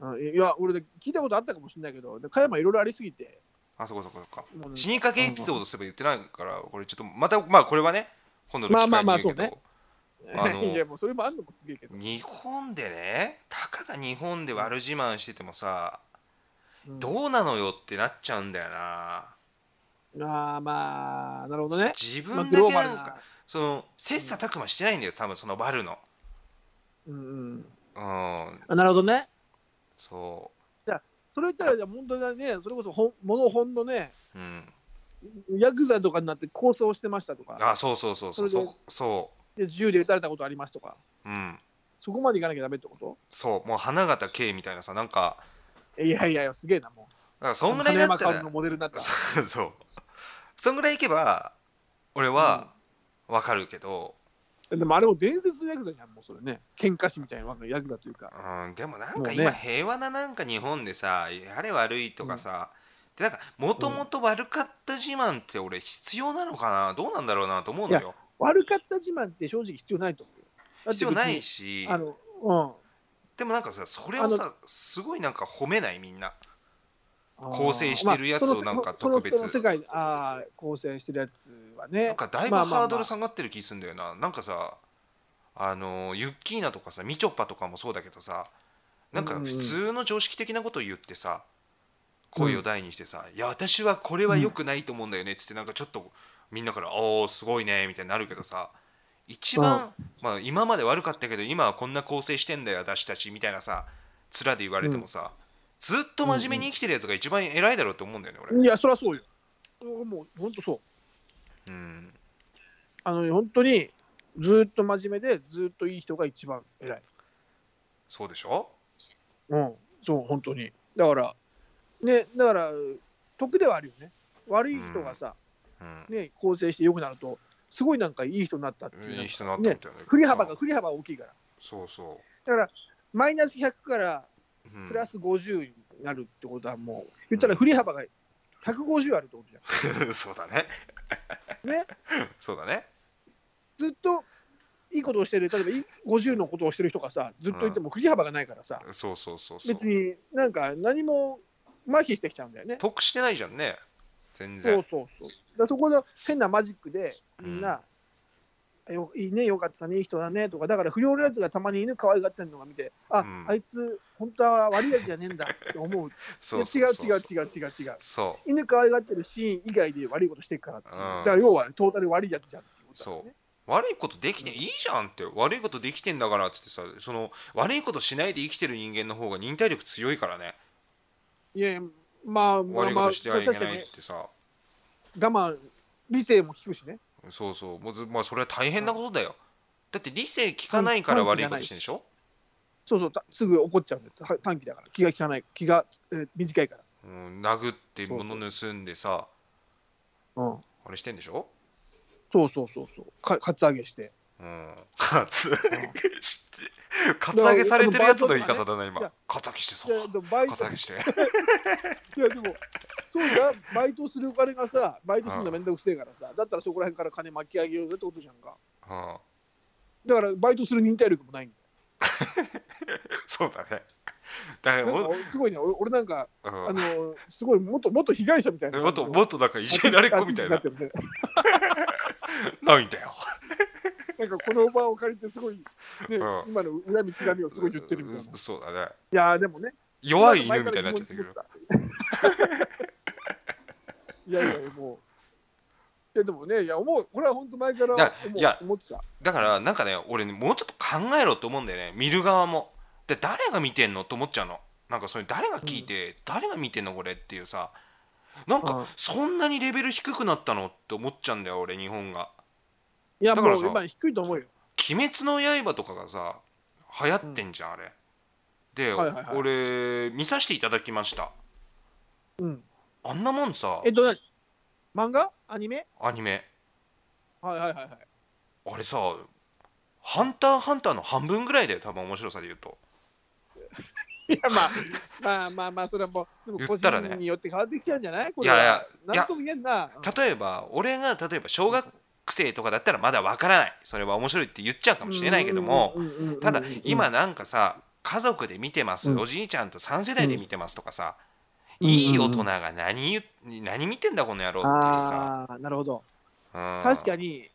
Speaker 2: うんいや俺聞いたことあったかもしれないけどで加山いろいろありすぎて
Speaker 1: あそこそこそこ
Speaker 2: もうね
Speaker 1: 死にかけエピソードすれば言ってないから、これちょっとまた、まあこれはね、今度の
Speaker 2: まあ
Speaker 1: 機会
Speaker 2: まあ
Speaker 1: に
Speaker 2: まあ
Speaker 1: 言うけど、あの
Speaker 2: いやもうそれもあんのもすげえけど
Speaker 1: 日本でね、たかが日本で悪自慢しててもさ、
Speaker 2: うん
Speaker 1: どうなのよってなっちゃうんだよな。
Speaker 2: ああまあなるほどね
Speaker 1: 自
Speaker 2: まあ
Speaker 1: 分
Speaker 2: グ
Speaker 1: だ
Speaker 2: ロー
Speaker 1: け
Speaker 2: バ
Speaker 1: な
Speaker 2: ル
Speaker 1: んか
Speaker 2: な、
Speaker 1: その、切磋琢磨してないんだよ、多分その悪の。
Speaker 2: うんうん
Speaker 1: うん、
Speaker 2: あなるほどね
Speaker 1: そ
Speaker 2: それ言ったら、じゃあ本当だね、それこそ本、モノ本のね、
Speaker 1: う。うん、
Speaker 2: ヤクザとかになって抗争してましたとか、
Speaker 1: あ、そうそうそうそう、
Speaker 2: そ
Speaker 1: そ
Speaker 2: れで
Speaker 1: う、そ
Speaker 2: で銃で撃たれたことありますとか、
Speaker 1: う、うん、
Speaker 2: そこまでいかなきゃダメってこと
Speaker 1: そう、もう花形 K みたいなさ、なんか、
Speaker 2: えいやいやいや、すげえな、もう。
Speaker 1: だからそんぐらい
Speaker 2: 金
Speaker 1: だ
Speaker 2: 山
Speaker 1: った
Speaker 2: 薫
Speaker 1: ら
Speaker 2: の、モデルになっ た。
Speaker 1: そうそうそんぐらいいけば俺はわかるけど、
Speaker 2: でもあれも伝説のヤクザじゃん、もうそれね。喧嘩師みたいなヤクザというか。
Speaker 1: うん、でもなんか
Speaker 2: そうね
Speaker 1: 今平和ななんか日本でさやれ悪いとかさ、でなんかもともと悪かった自慢って俺必要なのかなどうなんだろうなと思うのよ
Speaker 2: 悪かった自慢って正直必要ないと思うよ。だって
Speaker 1: 必要ない
Speaker 2: 別
Speaker 1: し
Speaker 2: にあの、うん。
Speaker 1: でもなんかさそれをさすごいなんか褒めないみんな
Speaker 2: あー
Speaker 1: 構成してるやつを
Speaker 2: まあその
Speaker 1: なんか
Speaker 2: その
Speaker 1: 特別
Speaker 2: その世界で、ああ、構成してるやつはね。
Speaker 1: なんかだいぶ
Speaker 2: まあまあまあ
Speaker 1: ハードル下がってる気すんだよななんかさあのユッキーナとかさみちょぱとかもそうだけどさなんか
Speaker 2: うんうん
Speaker 1: 普通の常識的なことを言ってさ声を大にしてさ「いや私はこれは良くないと思うんだよね」っつってなんかちょっとみんなから「おおすごいね」みたいになるけどさ一番まあ今まで悪かったけど今はこんな構成してんだよ私たちみたいなさ面で言われてもさずっと真面目に生きてるやつが一番偉いだろうって思うんだよね俺。
Speaker 2: いや、そりゃそうよ。もう、本当そう。
Speaker 1: うん
Speaker 2: あの、本当に、ずーっと真面目で、ずーっといい人が一番偉い。
Speaker 1: そうでしょ
Speaker 2: うん、そう、本当に。だから、ね、だから、得ではあるよね。悪い人がさ、
Speaker 1: うん
Speaker 2: ね、構成して良くなると、すごいなんかいい人になったっていう。
Speaker 1: いい人になったみたいな、ね
Speaker 2: 振り幅が、振り幅大きいから。
Speaker 1: そうそ
Speaker 2: だから、マイナス100から
Speaker 1: う、うん
Speaker 2: プラス50になるってことはもう、言ったら振り幅が150あるってことじゃ ん。
Speaker 1: そうだね。
Speaker 2: ね。
Speaker 1: そうだね。
Speaker 2: ずっといいことをしてる、例えばいい50のことをしてる人がさ、ずっといても振り幅がないからさ、
Speaker 1: そうそうそうそう
Speaker 2: 別。になんか何も麻痺してきちゃうんだよね。
Speaker 1: 得してないじゃんね。全
Speaker 2: そ
Speaker 1: 然
Speaker 2: う。そうそう。だからそこで変なマジックでみんな、よいいね、よかったね、いい人だねとか、だから不良のやつがたまに犬可愛がってるのが見て、あ、
Speaker 1: うん
Speaker 2: あいつ、本当は悪いやつじゃねえんだって思う。
Speaker 1: そう
Speaker 2: い
Speaker 1: そ
Speaker 2: や
Speaker 1: う
Speaker 2: 違う
Speaker 1: そう
Speaker 2: 違う違う違う違う。
Speaker 1: そ
Speaker 2: 犬可愛がってるシーン以外で悪いことしてるからっていう、
Speaker 1: うん
Speaker 2: だから要はトータル悪いやつじゃんってことだよね。
Speaker 1: う。悪いことできていいじゃんって悪いことできてんだからっつってさその悪いことしないで生きてる人間の方が忍耐力強いからね
Speaker 2: いやいや、まあまあ
Speaker 1: 悪い
Speaker 2: ま
Speaker 1: こ
Speaker 2: あ、
Speaker 1: としてはいけ
Speaker 2: 確か
Speaker 1: な
Speaker 2: に
Speaker 1: い
Speaker 2: ね
Speaker 1: ってさ
Speaker 2: 我慢、理性も低くしね。
Speaker 1: そうそうもうずまあそれは大変なことだよだって理性聞かないから悪いことしてんでしょ
Speaker 2: そうそう、たすぐ怒っちゃうんだよは。短期だから。気が利かない。気が、えー短いから。
Speaker 1: うん殴って物盗んでさ
Speaker 2: うん。
Speaker 1: あれしてんでしょ
Speaker 2: そうそうそうそう。か、カツアゲして。
Speaker 1: うんカツカツアゲされてるやつの言い方だな今
Speaker 2: いや
Speaker 1: カツアゲして
Speaker 2: い
Speaker 1: そ
Speaker 2: や、
Speaker 1: う
Speaker 2: でもバイ
Speaker 1: カ
Speaker 2: ト
Speaker 1: ツア、ゲして
Speaker 2: いや、でも、そうじゃん。バイトするお金がさ、バイトするのめんどくせえからさ、だったらそこら辺から金巻き上げようぜってことじゃんか。
Speaker 1: うん
Speaker 2: だから、バイトする忍耐力もないん
Speaker 1: そうだね。だ
Speaker 2: だ
Speaker 1: から
Speaker 2: よ。なん
Speaker 1: も
Speaker 2: か、すごいね。俺俺なんか、
Speaker 1: う、
Speaker 2: あの、すごい、もっと、もっと被害者みたいな。
Speaker 1: うん、もっともっとなんかいじめられっ子みたいな
Speaker 2: 立ち位置にってるね
Speaker 1: ないんだよ。
Speaker 2: なんかこの場を借りてすごい、ね
Speaker 1: うん
Speaker 2: 今の恨みつらみをすごい言ってるみたいな。い
Speaker 1: そうだね。
Speaker 2: やーでもね、
Speaker 1: 弱い犬みたいになっちゃったけど。
Speaker 2: いやいやいや、もう。いや、でもね、いや、思う、これは本当前から
Speaker 1: いや
Speaker 2: 思う
Speaker 1: いや
Speaker 2: 思ってた。
Speaker 1: だからなんかね、俺ねもうちょっと考えろと思うんだよね。見る側も。で誰が見てんのと思っちゃうの。なんかそれ誰が聞いて、誰が見てんのこれっていうさ。なん
Speaker 2: うん
Speaker 1: かそんなにレベル低くなったのって思っちゃうんだよ俺日本が。
Speaker 2: いや、
Speaker 1: だ
Speaker 2: も
Speaker 1: から
Speaker 2: う
Speaker 1: さ
Speaker 2: 今低いと思うよ。
Speaker 1: 鬼滅の刃とかがさ流行ってんじゃん、あれ。で、
Speaker 2: はいはいはい
Speaker 1: 俺見させていただきました。
Speaker 2: うん。
Speaker 1: あんなもんさ
Speaker 2: えっと、何漫画アニメ
Speaker 1: アニメ
Speaker 2: はいはいはいはい。
Speaker 1: あれさ「ハンターハンター」の半分ぐらいだよ多分面白さで言うと
Speaker 2: いや、まあ、 まあまあまあ、それはもう、でも
Speaker 1: 言
Speaker 2: 個
Speaker 1: った
Speaker 2: 人
Speaker 1: らね
Speaker 2: によって変わってきちゃうんじゃないこ
Speaker 1: い
Speaker 2: れは。
Speaker 1: やいやい
Speaker 2: な
Speaker 1: や
Speaker 2: んとも言えんな。
Speaker 1: 例えば俺が例えば小学生とかだったらまだわからないそれは面白いって言っちゃうかもしれないけども
Speaker 2: うんうんうんうんうんうん
Speaker 1: ただ今、なんかさ家族で見てます
Speaker 2: うん
Speaker 1: おじいちゃんと3世代で見てますとかさ
Speaker 2: うん
Speaker 1: いい大人が何言う何見てんだこの野郎っていうさ
Speaker 2: ああ、なるほど。確
Speaker 1: 確
Speaker 2: かに、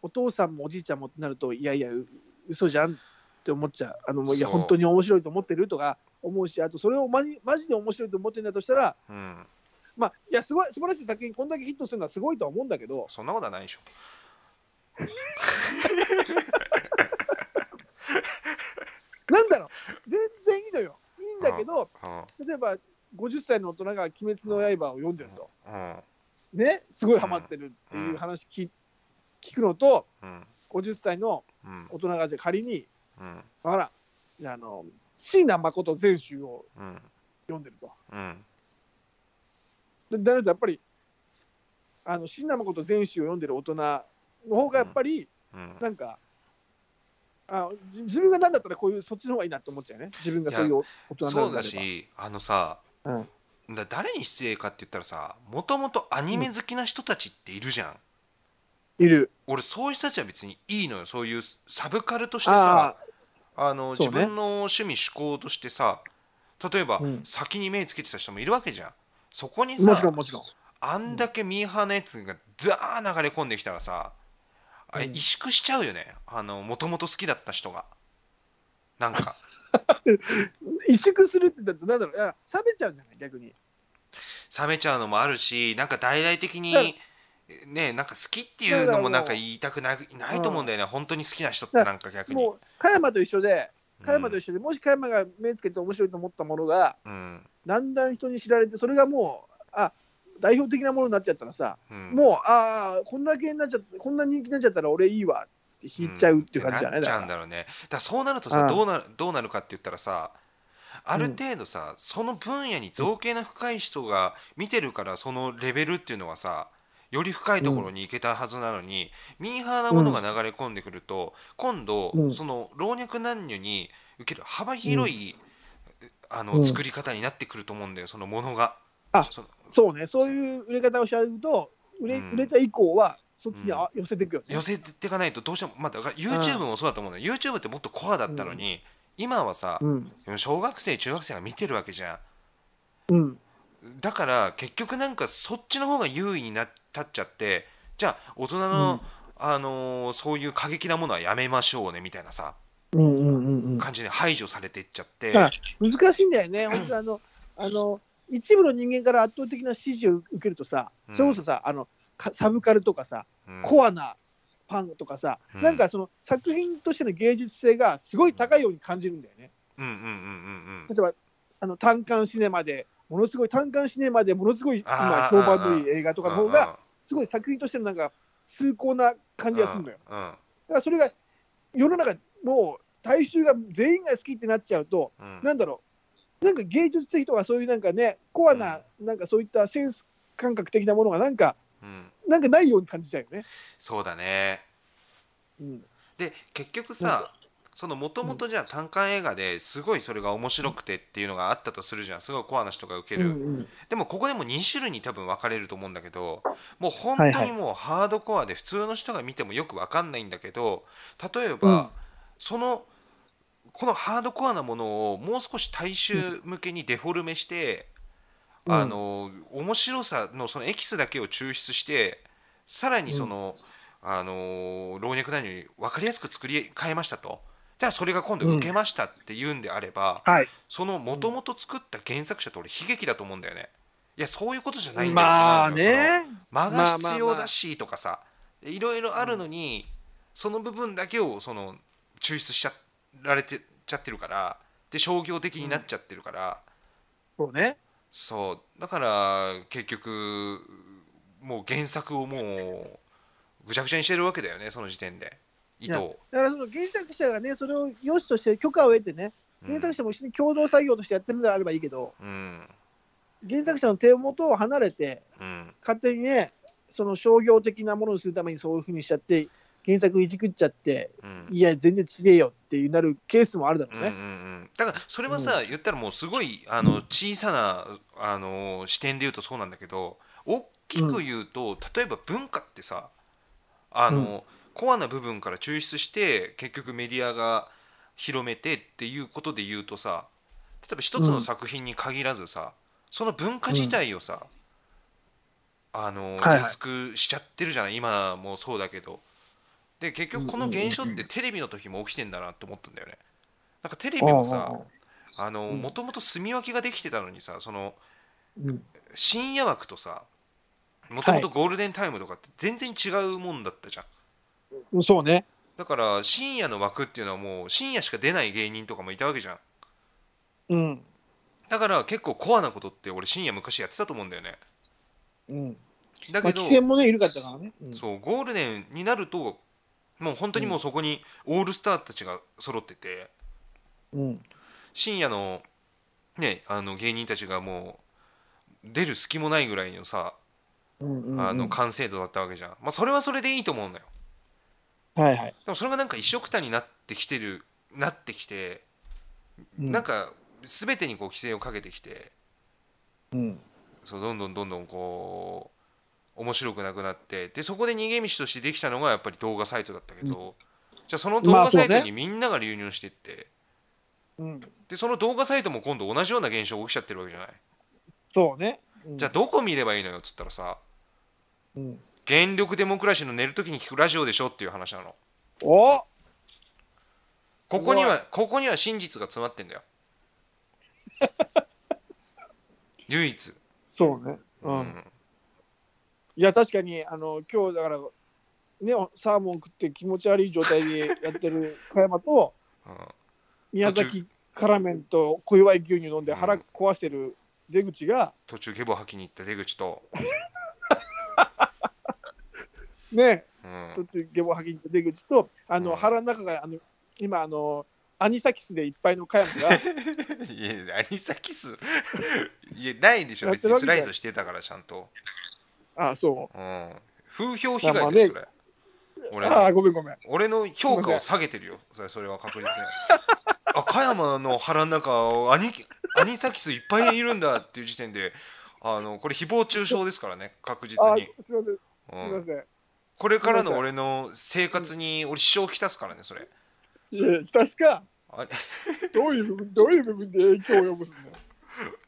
Speaker 2: お父さんもおじいちゃんもってなると、いやいや、う嘘じゃんって思っちゃう。あの、もういや、
Speaker 1: そう
Speaker 2: 本当に面白いと思ってるとか思うし、あと、それをマジマジで面白いと思ってるんだとしたら、
Speaker 1: うん
Speaker 2: まあ、いや、すごい、素晴らしい作品、こんだけヒットするのはすごいとは思うんだけど、
Speaker 1: そんなことはないでしょ
Speaker 2: なんだろう、全然いいのよ。いいんだけど、
Speaker 1: うん
Speaker 2: 例えば、50歳の大人が鬼滅の刃を読んでると、
Speaker 1: うん
Speaker 2: ね、すごいハマってるっていう話聞,、聞くのと、
Speaker 1: うん
Speaker 2: 50歳の
Speaker 1: うん
Speaker 2: 大人が、じゃあ仮に、
Speaker 1: うん
Speaker 2: あら、じゃああの、椎名誠全集を
Speaker 1: うん
Speaker 2: 読んでると。
Speaker 1: うん
Speaker 2: でだけどやっぱりあの椎名誠全集を読んでる大人の方がやっぱり、
Speaker 1: うん
Speaker 2: なんかあじ自分が何だったらこういうそっちの方がいいなと思っちゃうよね自分がそういう大人にな
Speaker 1: そ
Speaker 2: る
Speaker 1: うん
Speaker 2: だ
Speaker 1: だ
Speaker 2: し、
Speaker 1: しあのさ
Speaker 2: うん、
Speaker 1: だ誰に失礼かって言ったらさもともとアニメ好きな人たちっているじゃん、
Speaker 2: いる
Speaker 1: 俺そういう人たちは別にいいのよそういうサブカルとして
Speaker 2: あ
Speaker 1: さあの、
Speaker 2: そう
Speaker 1: 自
Speaker 2: ね
Speaker 1: 分の趣味嗜好としてさ例えば、
Speaker 2: うん
Speaker 1: 先に目つけてた人もいるわけじゃんそこに
Speaker 2: あもちろ
Speaker 1: さ
Speaker 2: んもちろん
Speaker 1: あんだけミーハーなやつがザー流れ込んできたらさあれ
Speaker 2: うん
Speaker 1: 萎縮しちゃうよねあのもともと好きだった人がなん か
Speaker 2: 萎縮するってだとなんだろういや冷めちゃうんじゃない逆に
Speaker 1: 冷めちゃうのもあるしなんか大々的に
Speaker 2: だか
Speaker 1: ねなんか好きっていうのも
Speaker 2: だ
Speaker 1: なん
Speaker 2: からもう
Speaker 1: か言いたくないないと思うんだよね本当に好きな人ってなんか逆に
Speaker 2: もう加山と一緒で加山と
Speaker 1: うん
Speaker 2: 一緒で、もし加山が目つけて面白いと思ったものが
Speaker 1: うん
Speaker 2: だんだん人に知られてそれがもうあ代表的なものになっちゃったらさ、
Speaker 1: うん
Speaker 2: もうああこんだけになっちゃったこんな人気になっちゃったら俺いいわって引いちゃうっていう感じじゃない、
Speaker 1: んっち
Speaker 2: だか
Speaker 1: ゃ
Speaker 2: ら
Speaker 1: うんだろうねだからそうなるとさ
Speaker 2: うん
Speaker 1: どうなるどうなるかって言ったらさある程度さ、その分野に造形の深い人が見てるからそのレベルっていうのはさより深いところに行けたはずなのに、ミーハーなものが流れ込んでくると、今度、
Speaker 2: うん
Speaker 1: その老若男女に受ける幅広い、あの
Speaker 2: うん
Speaker 1: 作り方になってくると思うんだよそのものが。
Speaker 2: あ
Speaker 1: その
Speaker 2: そうねそういう売れ方をしちゃうと売れ,、
Speaker 1: うん
Speaker 2: 売れた以降はそっちに
Speaker 1: うん
Speaker 2: あ寄せていくよね、
Speaker 1: 寄せていかないとどうしても、まあ、だから YouTube もそうだと思うんだよ、YouTube ってもっとコアだったのに、今はさ、
Speaker 2: うん
Speaker 1: 小学生中学生が見てるわけじゃ
Speaker 2: うん
Speaker 1: んだから結局なんかそっちの方が優位になっ立っちゃってじゃあ大人の、
Speaker 2: うん
Speaker 1: あのーそういう過激なものはやめましょうねみたいなさ
Speaker 2: うんうんうんうん
Speaker 1: 感じで排除されていっちゃって、
Speaker 2: だから難しいんだよね、本当にあの、あの、一部の人間から圧倒的な支持を受けるとさ、
Speaker 1: うん
Speaker 2: それこそさ、あの、かサブカルとかさ、
Speaker 1: うん
Speaker 2: コアなファンとかさ、
Speaker 1: うん
Speaker 2: なんかその作品としての芸術性がすごい高いように感じるんだよね。
Speaker 1: うんうんうんうんう
Speaker 2: 例
Speaker 1: ん
Speaker 2: えば、あの、単館シネマで、ものすごい、単館シネマでものすごい今
Speaker 1: あー
Speaker 2: 評判のいい映画とかの方が、すごい作品としてのなんか、崇高な
Speaker 1: う
Speaker 2: 感
Speaker 1: ん
Speaker 2: じがするんだよ。
Speaker 1: うんうん
Speaker 2: だからそれが、世の中の大衆が全員が好きってなっちゃうと、
Speaker 1: うん
Speaker 2: なんだろう、なんか芸術的とかそういうなんかね、コアな、なんかそういったセンス感覚的なものがなんか、
Speaker 1: うん
Speaker 2: なんかないように感じちゃうよね。
Speaker 1: そうだね
Speaker 2: うん、
Speaker 1: で結局さそのもともとじゃあ単館映画ですごいそれが面白くてっていうのがあったとするじゃんすごいコアな人が受け
Speaker 2: う
Speaker 1: る、
Speaker 2: んうん
Speaker 1: でもここでも2種類に多分分かれると思うんだけどもう本
Speaker 2: はい
Speaker 1: 当
Speaker 2: はい
Speaker 1: にもうハードコアで普通の人が見てもよく分かんないんだけど例えば、
Speaker 2: うん
Speaker 1: そのこのハードコアなものをもう少し大衆向けにデフォルメして、
Speaker 2: うん
Speaker 1: あの面白さのそのエキスだけを抽出してさらにその、あの老若男女に分かりやすく作り変えましたと。じゃあそれが今度受けましたって言うんであれば、
Speaker 2: はい。
Speaker 1: そのもともと作った原作者と俺悲劇だと思うんだよねいやそういうことじゃないんだよ
Speaker 2: まあ
Speaker 1: ってなるのよ
Speaker 2: ね。
Speaker 1: その間が必要だしとかさいろいろあるのに、その部分だけをその抽出しちゃられてちゃってるからで商業的になっちゃってるから、
Speaker 2: そうね。
Speaker 1: そうだから結局もう原作をもうぐちゃぐちゃにしてるわけだよねその時点で意図を
Speaker 2: だからその原作者がね、それを良しとして許可を得てね、原作者も一緒に共同作業としてやってるのであればいいけど、
Speaker 1: うん
Speaker 2: 原作者の手元を離れて、
Speaker 1: うん
Speaker 2: 勝手にね、その商業的なものにするためにそういうふうにしちゃって、原作いじくっちゃって、
Speaker 1: うん
Speaker 2: いや、全然ちげえよってなるケースもあるだろ
Speaker 1: うん
Speaker 2: う
Speaker 1: うんう
Speaker 2: ね。
Speaker 1: ん、だからそれはさ、言ったらもうすごいあの小さなあの視点で言うとそうなんだけど大きく言うと、例えば文化ってさあの、
Speaker 2: う
Speaker 1: コアな部分から抽出して結局メディアが広めてっていうことで言うとさ例えば一つの作品に限らずさ、その文化自体をさ、あの
Speaker 2: はいはい
Speaker 1: 安くしちゃってるじゃない今もそうだけどで結局この現象ってテレビの時も起きてんだなって思ったんだよねなんかテレビもさあの
Speaker 2: うん
Speaker 1: もともと住み分けができてたのにさその
Speaker 2: うん
Speaker 1: 深夜枠とさもともとゴールデンタイムとかって全然違うもんだったじゃん、
Speaker 2: うんそうね。
Speaker 1: だから深夜の枠っていうのはもう深夜しか出ない芸人とかもいたわけじゃん
Speaker 2: うん。
Speaker 1: だから結構コアなことって俺深夜昔やってたと思うんだよね
Speaker 2: うん。
Speaker 1: だ
Speaker 2: ま
Speaker 1: け
Speaker 2: あ、
Speaker 1: ど、
Speaker 2: 規制もね、緩かったからね。うん
Speaker 1: そうゴールデンになるともう本当にもうそこにオールスターたちが揃ってて、
Speaker 2: うん。
Speaker 1: 深夜の,、ね、あの芸人たちがもう出る隙もないぐらいのさ
Speaker 2: うんうんうん
Speaker 1: あの完成度だったわけじゃん、まあ、それはそれでいいと思うんだよ
Speaker 2: はいはい。
Speaker 1: でもそれがなんか一緒くたになってきてるなってきて、なん
Speaker 2: か、
Speaker 1: か全てにこう規制をかけてきて
Speaker 2: うん。
Speaker 1: そうどんどんどんどんこう面白くなくなってでそこで逃げ道としてできたのがやっぱり動画サイトだったけど、じゃあその動
Speaker 2: ま
Speaker 1: 画
Speaker 2: あそう
Speaker 1: サ
Speaker 2: ね
Speaker 1: イトにみんなが流入してって、
Speaker 2: うん。
Speaker 1: でその動画サイトも今度同じような現象が起きちゃってるわけじゃない、
Speaker 2: そうね。
Speaker 1: じゃあどこ見ればいいのよっつったらさ
Speaker 2: うん、うん
Speaker 1: 原力デモクラシーの寝るときに聞くラジオでしょっていう話なの
Speaker 2: お
Speaker 1: ここにはここには真実が詰まって んだよ唯一、
Speaker 2: そうね。
Speaker 1: う
Speaker 2: うん。いや、確かに、あの、今日だから、ね、サーモン食って気持ち悪い状態でやってる 加山と、
Speaker 1: うん
Speaker 2: 宮崎辛麺と小祝い牛乳飲んで
Speaker 1: うん
Speaker 2: 腹壊してる出口が、
Speaker 1: 途中ゲボ吐きに行った出口と、
Speaker 2: ね、
Speaker 1: うん
Speaker 2: 途中ゲボ吐きに行った出口と、あ
Speaker 1: うん
Speaker 2: の、腹の中が、あの、今、あの、アニサキスでいっぱいの加 山が、
Speaker 1: いや、アニサキス いや、ないでしょ、
Speaker 2: やっ
Speaker 1: 別
Speaker 2: てる
Speaker 1: に
Speaker 2: わ
Speaker 1: ス
Speaker 2: け
Speaker 1: ラ
Speaker 2: ない
Speaker 1: イスしてたから、ちゃんと。
Speaker 2: あそ
Speaker 1: うん。風評被
Speaker 2: まあ
Speaker 1: 害だよ、
Speaker 2: まあね
Speaker 1: それ。
Speaker 2: う。
Speaker 1: 俺
Speaker 2: あ
Speaker 1: の
Speaker 2: あ、ごめんごめん。
Speaker 1: 俺の評価を下げてるよ、それそれは 確実に。あ、加山の腹の中をアニ、アニサキスいっぱいいるんだっていう時点で、あのこれ、誹謗中傷ですからね、確実
Speaker 2: あ
Speaker 1: に。
Speaker 2: すいません、す
Speaker 1: う
Speaker 2: いま
Speaker 1: ん、
Speaker 2: せん。
Speaker 1: これからの俺の生活に俺、支障をきたすからね、それ。
Speaker 2: いや、確か、
Speaker 1: あ
Speaker 2: どういう部分、どういう部分で影響を及ぼすんだよ。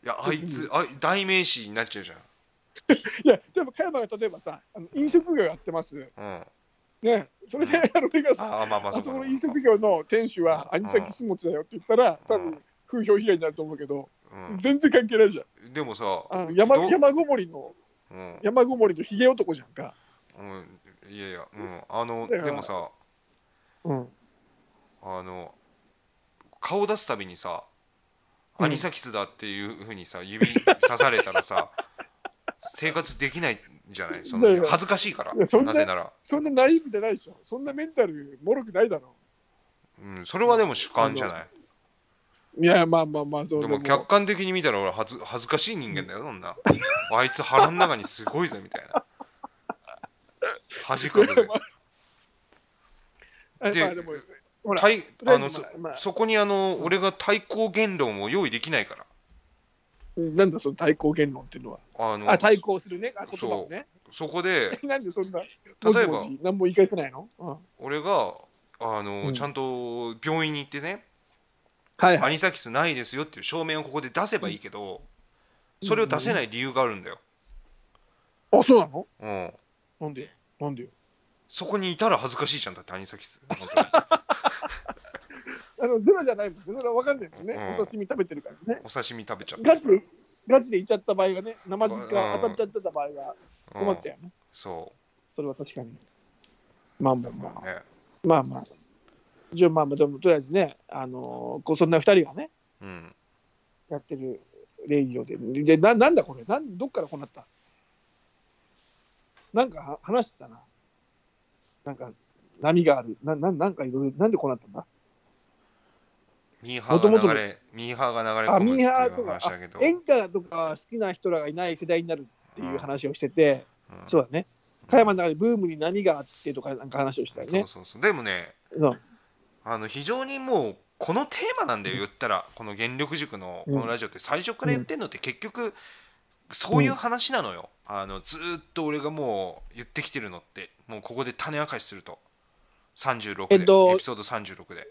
Speaker 1: いや、あいつ、あ代名詞になっちゃうじ
Speaker 2: いや、でも加山が例えばさ、あの飲食業やってます。
Speaker 1: ゃん。うん。
Speaker 2: ね、それで、あの、俺がさ、
Speaker 1: ああ、まあまあ、
Speaker 2: あ
Speaker 1: そ
Speaker 2: そう
Speaker 1: か
Speaker 2: この飲食業の店主はアニサキス持ちだよって言ったら、多
Speaker 1: う
Speaker 2: 分
Speaker 1: ん
Speaker 2: 風評被害になると思うけど、
Speaker 1: うん
Speaker 2: 全然関係ないじゃん。
Speaker 1: でもさ、
Speaker 2: あの山
Speaker 1: どう
Speaker 2: 山ごもりの、
Speaker 1: うん、
Speaker 2: 山ごもりのヒゲ男じゃんか。
Speaker 1: うん、いやいや、うん、あの、
Speaker 2: だから
Speaker 1: でもさ、
Speaker 2: うん。
Speaker 1: あの、顔出すたびにさ、
Speaker 2: うん
Speaker 1: アニサキスだっていうふうにさ、指刺されたらさ、 生活できないんじゃないそ
Speaker 2: いやい
Speaker 1: の
Speaker 2: や
Speaker 1: 恥ずかしいから、
Speaker 2: いやそん
Speaker 1: な
Speaker 2: な
Speaker 1: ぜなら、
Speaker 2: そんなナイーブじゃないでしょ。そんなメンタル脆くないだろ
Speaker 1: うん。それはでも主観じゃない。
Speaker 2: う。いや、まあまあまあ、そう
Speaker 1: で
Speaker 2: で
Speaker 1: も
Speaker 2: も。
Speaker 1: 客観的に見たら俺はず、恥ずかしい人間だよ、そん な。あいつ腹の中にすごいぞみたいな。恥か くで。
Speaker 2: え
Speaker 1: で
Speaker 2: まあでも、ほら、
Speaker 1: たいあの
Speaker 2: とりあえず
Speaker 1: そ
Speaker 2: まあまあ
Speaker 1: そこにあの、俺が対抗言論を用意できないから。
Speaker 2: なんだその対抗言論っていうのは。
Speaker 1: あの
Speaker 2: あ、対抗するね、あ言葉をね。
Speaker 1: そこで
Speaker 2: なんでそんな、も
Speaker 1: 例え
Speaker 2: じ
Speaker 1: ば
Speaker 2: もじ、何も言い返せないの、うん、
Speaker 1: 俺があの、
Speaker 2: うん
Speaker 1: ちゃんと病院に行ってね、
Speaker 2: はい
Speaker 1: ア
Speaker 2: はい。
Speaker 1: ニサキスないですよっていう証明をここで出せばいいけど、それを出せない理由があるんだよ、
Speaker 2: あ、そうなの
Speaker 1: うん、
Speaker 2: なんでなんでよ。
Speaker 1: そこにいたら恥ずかしいじゃんだってアニサキス本当に
Speaker 2: あの、ゼロじゃないもんね。それはわかんないもんね。
Speaker 1: うん
Speaker 2: お刺身食べてるからね。
Speaker 1: お刺身食べちゃった
Speaker 2: ガチで、ガチでいっちゃった場合がね、生実家当たっちゃってた場合が
Speaker 1: うん
Speaker 2: 困っちゃうよね。
Speaker 1: そ
Speaker 2: それは確かに。まあまあ
Speaker 1: う
Speaker 2: ま
Speaker 1: まあ
Speaker 2: あ。
Speaker 1: ね
Speaker 2: まあまあ。じゃあまあまあ、でもとりあえずね、あのーこうそんな二人がね、
Speaker 1: うん
Speaker 2: やってるレイディオで。で、ななんだこれなんどっからこうなったなんかは話してたな。なんか波がある。なななんかいろいろ、なんでこうなったんだ
Speaker 1: ミーハー
Speaker 2: 元
Speaker 1: が
Speaker 2: 々
Speaker 1: 流れミーハーが流れ
Speaker 2: あ
Speaker 1: 込むって
Speaker 2: ミ
Speaker 1: い
Speaker 2: ーハーと
Speaker 1: う
Speaker 2: か
Speaker 1: 話だけど
Speaker 2: 演歌とか好きな人らがいない世代になるっていう話をしてて、
Speaker 1: うん
Speaker 2: そうだね加山の中でブームに波があってとかなんか話をしたよ
Speaker 1: そう
Speaker 2: ね
Speaker 1: そうそうでもね
Speaker 2: うん
Speaker 1: あの非常にもうこのテーマなんだよ言ったらこの原力塾のこ
Speaker 2: うん
Speaker 1: のラジオって最初から言ってんのって結局そういう話なのよ、あのずーっと俺がもう言ってきてるのってもうここで種明かしすると36で、
Speaker 2: えっと
Speaker 1: エピソード36で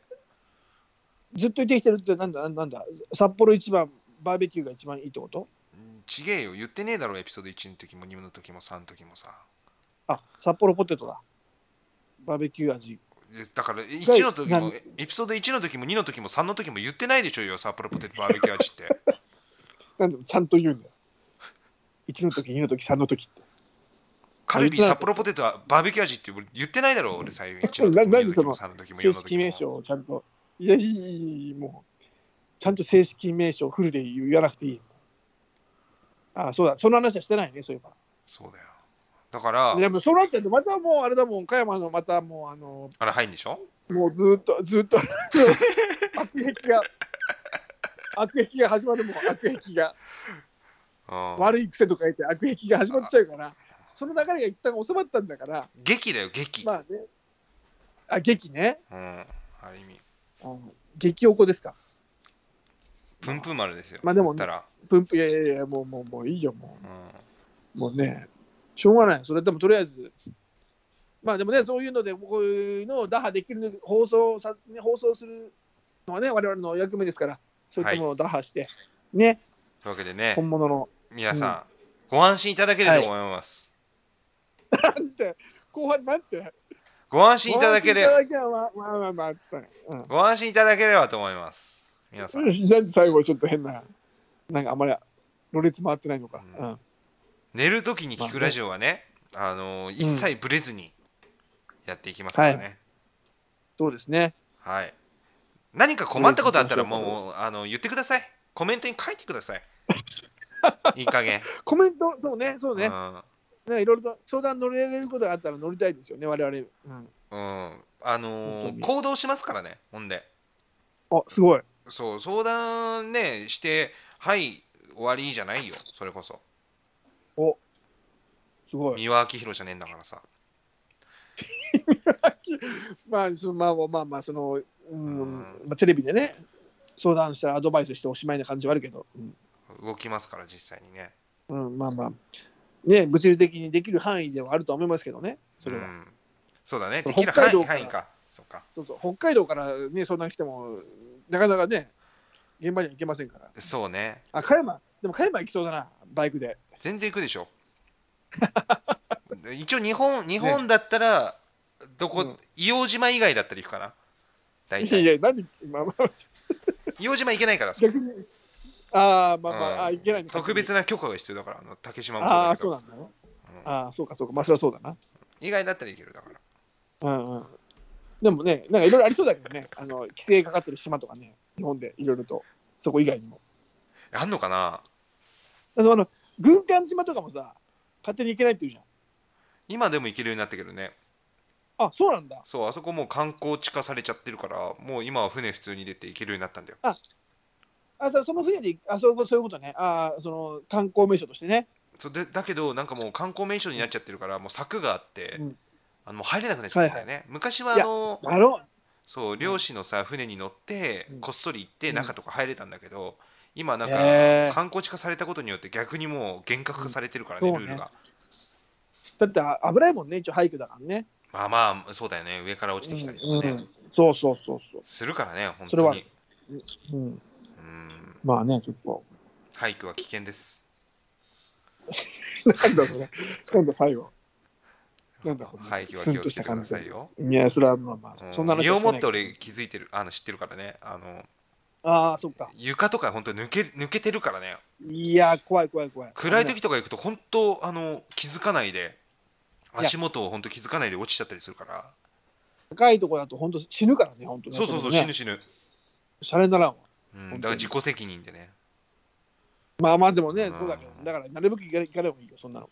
Speaker 2: ずっと言ってきてるってなんだなんだ札幌一番バーベキューが一番いいってこと
Speaker 1: うんちげえよ言ってねえだろエピソード1の時も2の時も3の時もさ
Speaker 2: あ札幌ポテトだバーベキュー味
Speaker 1: でだから1の時
Speaker 2: な
Speaker 1: も
Speaker 2: ん
Speaker 1: エピソード1の時も2の時も3の時も言ってないでしょよ札幌ポテトバーベキュー 味って
Speaker 2: なんでもちゃんと言うんだよ1の時2の時3の時って
Speaker 1: カルビー札幌ポテトはバーベキュー味って言ってないだろ俺最後1の時も
Speaker 2: な
Speaker 1: 2の時も
Speaker 2: な
Speaker 1: 3の時も4
Speaker 2: 正
Speaker 1: の時も
Speaker 2: 式名称をちゃんといやいいいいいいもうちゃんと正式名称フルで言わなくていいあそうだその話はしてないねそういえば
Speaker 1: そうだよだから
Speaker 2: でもそうなっちゃうとまたもうあれだもん加山のまたもうあの
Speaker 1: あれ入んでしょ
Speaker 2: もうずーっと ずーっと悪癖が悪癖が始まるもん悪癖が
Speaker 1: うん
Speaker 2: 悪い癖とか言って悪癖が始まっちゃうからその流れが一旦収まったんだから
Speaker 1: 劇だよ劇、
Speaker 2: まあねあ劇ね
Speaker 1: うんある意味
Speaker 2: あの劇おこですか
Speaker 1: プンプン丸ですよ
Speaker 2: まあでも
Speaker 1: 言ったら、
Speaker 2: プンプンいやいやいやもうもうもういいよも
Speaker 1: うん
Speaker 2: うもうねしょうがないそれでもとりあえずまあでもねそういうのでこういうのを打破できる放送さ、ね、放送するのはね我々の役目ですからそういったものを打破して、ね
Speaker 1: というわけでね
Speaker 2: 本物の
Speaker 1: 皆さん、ご安心いただければと思います、
Speaker 2: なんて、後半なんて。
Speaker 1: ご安心いただけれ
Speaker 2: ご
Speaker 1: ば
Speaker 2: 安心いただければ、まあまあまあまあ、つったね。うん
Speaker 1: ご安心いただければと思います皆さん
Speaker 2: なんで最後ちょっと変な、なんかあんまりろれつ回ってないのか。
Speaker 1: う
Speaker 2: うんん。
Speaker 1: 寝る時に聞くラジオはね、あのー一切ブレずにやっていきますからね、
Speaker 2: そうですね。
Speaker 1: はい何か困ったことあったら
Speaker 2: ブレずに
Speaker 1: もうあの言ってくださいコメントに書いてくだ さいいい加減
Speaker 2: コメント、そうね、そうね。
Speaker 1: うん
Speaker 2: ねいろいろと相談乗れることがあったら乗りたいですよね、我々。うん。
Speaker 1: うんあの
Speaker 2: 本当
Speaker 1: ー
Speaker 2: に
Speaker 1: 行動しますからねほんで
Speaker 2: あ、すごい。
Speaker 1: そう相談ねしてはい終わりじゃないよそれこそ
Speaker 2: お、すごい。
Speaker 1: 三輪明宏じゃねえんだからさ
Speaker 2: まあ、そのまあまあまあ、その、うん
Speaker 1: うん
Speaker 2: まあ、テレビでね、相談したらアドバイスしておしまいな感じはあるけど、うん
Speaker 1: 動きますから実際にね
Speaker 2: うん、まあまあ、ね、物理的にできる範囲ではあるとは思いますけどね、それは。
Speaker 1: うん、そうだね
Speaker 2: こ
Speaker 1: で
Speaker 2: れ
Speaker 1: きる
Speaker 2: 北
Speaker 1: 範囲
Speaker 2: 海道から
Speaker 1: 範囲かそうか
Speaker 2: そうそう北海道からね、相談来ても、なかなかね、現場には行けませんから。
Speaker 1: そうね
Speaker 2: あ、加山、でも加山行きそうだな、バイクで。
Speaker 1: 全然行くでしょ一応日本日本だったらどこ、
Speaker 2: うん
Speaker 1: 硫黄島以外だったら行くかな大
Speaker 2: いや
Speaker 1: 体
Speaker 2: いや、なんで、まあまあ、
Speaker 1: 硫黄島行けないからさ
Speaker 2: 逆に。ああ、まあまあ、あ
Speaker 1: う
Speaker 2: あ
Speaker 1: ん
Speaker 2: 行けないのか
Speaker 1: 特別な許可が必要だからあの竹島もそう
Speaker 2: あ
Speaker 1: だ
Speaker 2: あ、
Speaker 1: け
Speaker 2: そう
Speaker 1: ど
Speaker 2: なんだね。
Speaker 1: うん
Speaker 2: ああ、そうか、そうか、まあ、それはそうだな。
Speaker 1: 以外だったらいけるだから
Speaker 2: うんうん。でもね、なんかいろいろありそうだけどね、あの規制かかってる島とかね、日本でいろいろと、そこ以外にも。
Speaker 1: あんのかな
Speaker 2: あの、あの軍艦島とかもさ、勝手に行けないって言うじゃん。
Speaker 1: 今でも行けるようになったけどね
Speaker 2: あ、そうなんだ。
Speaker 1: そうあそこもう観光地化されちゃってるからもう今は船普通に出て行けるようになったんだよ
Speaker 2: あ、そその船で、あ、そうそういうことね。ああ、その観光名所としてね。
Speaker 1: そうでだけどなんかもう観光名所になっちゃってるからもう柵があって、
Speaker 2: うん
Speaker 1: あのもう入れなくなっちゃったんだよね、昔はいあ
Speaker 2: や
Speaker 1: の
Speaker 2: あの、
Speaker 1: そう漁師のさ船に乗って
Speaker 2: うん
Speaker 1: こっそり行っ
Speaker 2: う
Speaker 1: て
Speaker 2: ん
Speaker 1: 中とか入れたんだけど今なんか
Speaker 2: えー、
Speaker 1: 観光地化されたことによって逆にもう厳格化されてるから
Speaker 2: う
Speaker 1: ね
Speaker 2: んそう
Speaker 1: ル
Speaker 2: ね
Speaker 1: ールが
Speaker 2: だってあ危ないもんね、一応廃墟だからね。
Speaker 1: まあまあそうだよね上から落ちてきたりとか
Speaker 2: う
Speaker 1: ね
Speaker 2: んそうそうそうそ
Speaker 1: するからね本
Speaker 2: それ
Speaker 1: 当
Speaker 2: は
Speaker 1: に
Speaker 2: う。うん、
Speaker 1: うん
Speaker 2: まあね、ちょっと。
Speaker 1: 俳句は危険です
Speaker 2: なんだそれ。なんだ最後。なんだこれ。
Speaker 1: 俳句は気をつけてください
Speaker 2: スンとした
Speaker 1: よ
Speaker 2: 感じ。いや、それはまあまあ、そんな
Speaker 1: うん
Speaker 2: 話
Speaker 1: 身
Speaker 2: は
Speaker 1: を
Speaker 2: しな
Speaker 1: も
Speaker 2: い
Speaker 1: って俺気づいてるあの知ってるからねあの
Speaker 2: ああ、そっか。
Speaker 1: 床とか本当抜け抜けてるからね
Speaker 2: いや、怖い怖い怖い。
Speaker 1: 暗い時とか行くと本当あの気づかないで
Speaker 2: いや
Speaker 1: 足元を本当気づかないで落ちちゃったりするから
Speaker 2: 高いとこだと本当死ぬからね、本当に。
Speaker 1: そうそうそう
Speaker 2: これ
Speaker 1: 死
Speaker 2: ね
Speaker 1: ぬ。死ぬ
Speaker 2: シャレにならんわ。
Speaker 1: うん
Speaker 2: 当
Speaker 1: だ
Speaker 2: に
Speaker 1: から自己責任でね
Speaker 2: まあまあでもね
Speaker 1: う、ん
Speaker 2: そうだけど、だからなるべく行か行かない方がいいよ、そんなの。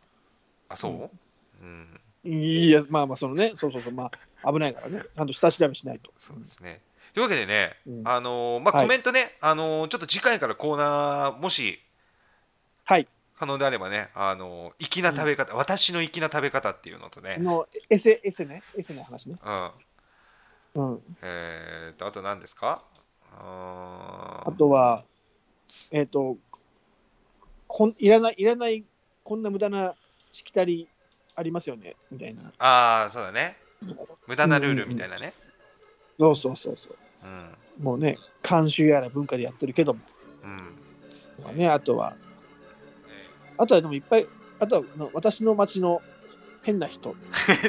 Speaker 1: あそううん、
Speaker 2: いや、まあまあ、そのね、そうそうそう、まあ危ないからね、ちゃんと下調べしないと。
Speaker 1: そうですねというわけでね、
Speaker 2: うん
Speaker 1: あのーまあ
Speaker 2: はい
Speaker 1: コメントね、あのーちょっと次回からコーナーもし
Speaker 2: はい。
Speaker 1: 可能であればねあのー粋な食べ方、私の粋な食べ方っていうのとね
Speaker 2: あ、の、エセ、エセね、エセの話ね。
Speaker 1: うん、
Speaker 2: うん。
Speaker 1: えー、とあと何ですかあー
Speaker 2: あとは、えっ、とこん、いらない、いらない、こんな無駄なしきたりありますよね、みたいな。
Speaker 1: あーそうだね無駄なルールみたいなね、
Speaker 2: そうそうそうそう。
Speaker 1: うん
Speaker 2: もうね、慣習やら文化でやってるけども、
Speaker 1: うん
Speaker 2: とかね、あとは、あとはでもいっぱい、あとはの私の町の変な人。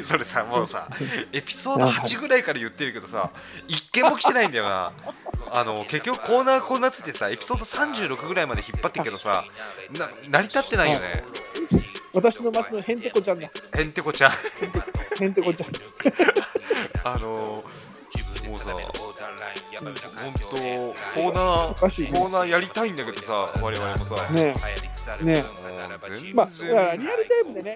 Speaker 1: それさもう さエピソード8ぐらいから言ってるけどさ一件も来てないんだよなあの結局コーナーコーナーつってさエピソード36ぐらいまで引っ張ってるけどさな成り立ってないよね
Speaker 2: 私の町のへんてこちゃんだ。
Speaker 1: へんてこちゃん
Speaker 2: へんてこちゃん。
Speaker 1: あのもうさもう本当コー
Speaker 2: お
Speaker 1: ナ
Speaker 2: かしい
Speaker 1: ーコー
Speaker 2: ね。
Speaker 1: ナーやりたいんだけどさ我々もさ
Speaker 2: ねね
Speaker 1: もう全然
Speaker 2: まあ、だからリアルタイムでね、リ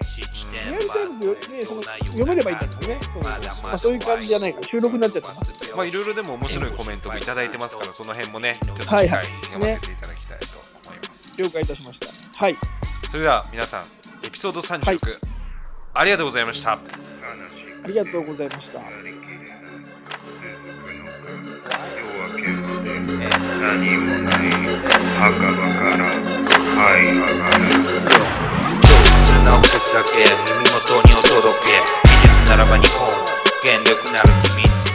Speaker 2: アルタイムで、ね、その読めればいいんだけどね、そのまあ、そういう感じじゃないから、収録になっちゃってます。
Speaker 1: まあいろいろでも面白いコメントもいただいてますからその辺もねちょっと次
Speaker 2: はい
Speaker 1: 回
Speaker 2: はい
Speaker 1: 読ませていただきたいと思います、
Speaker 2: 了解いたしました。はい。
Speaker 1: それでは皆さんエピソード36、
Speaker 2: はい
Speaker 1: ありがとうございました
Speaker 2: ありがとうございました。
Speaker 3: 何もない墓場から這い上がる
Speaker 4: なおかつだけ耳元にお届け技術ならば日本を原力なる秘密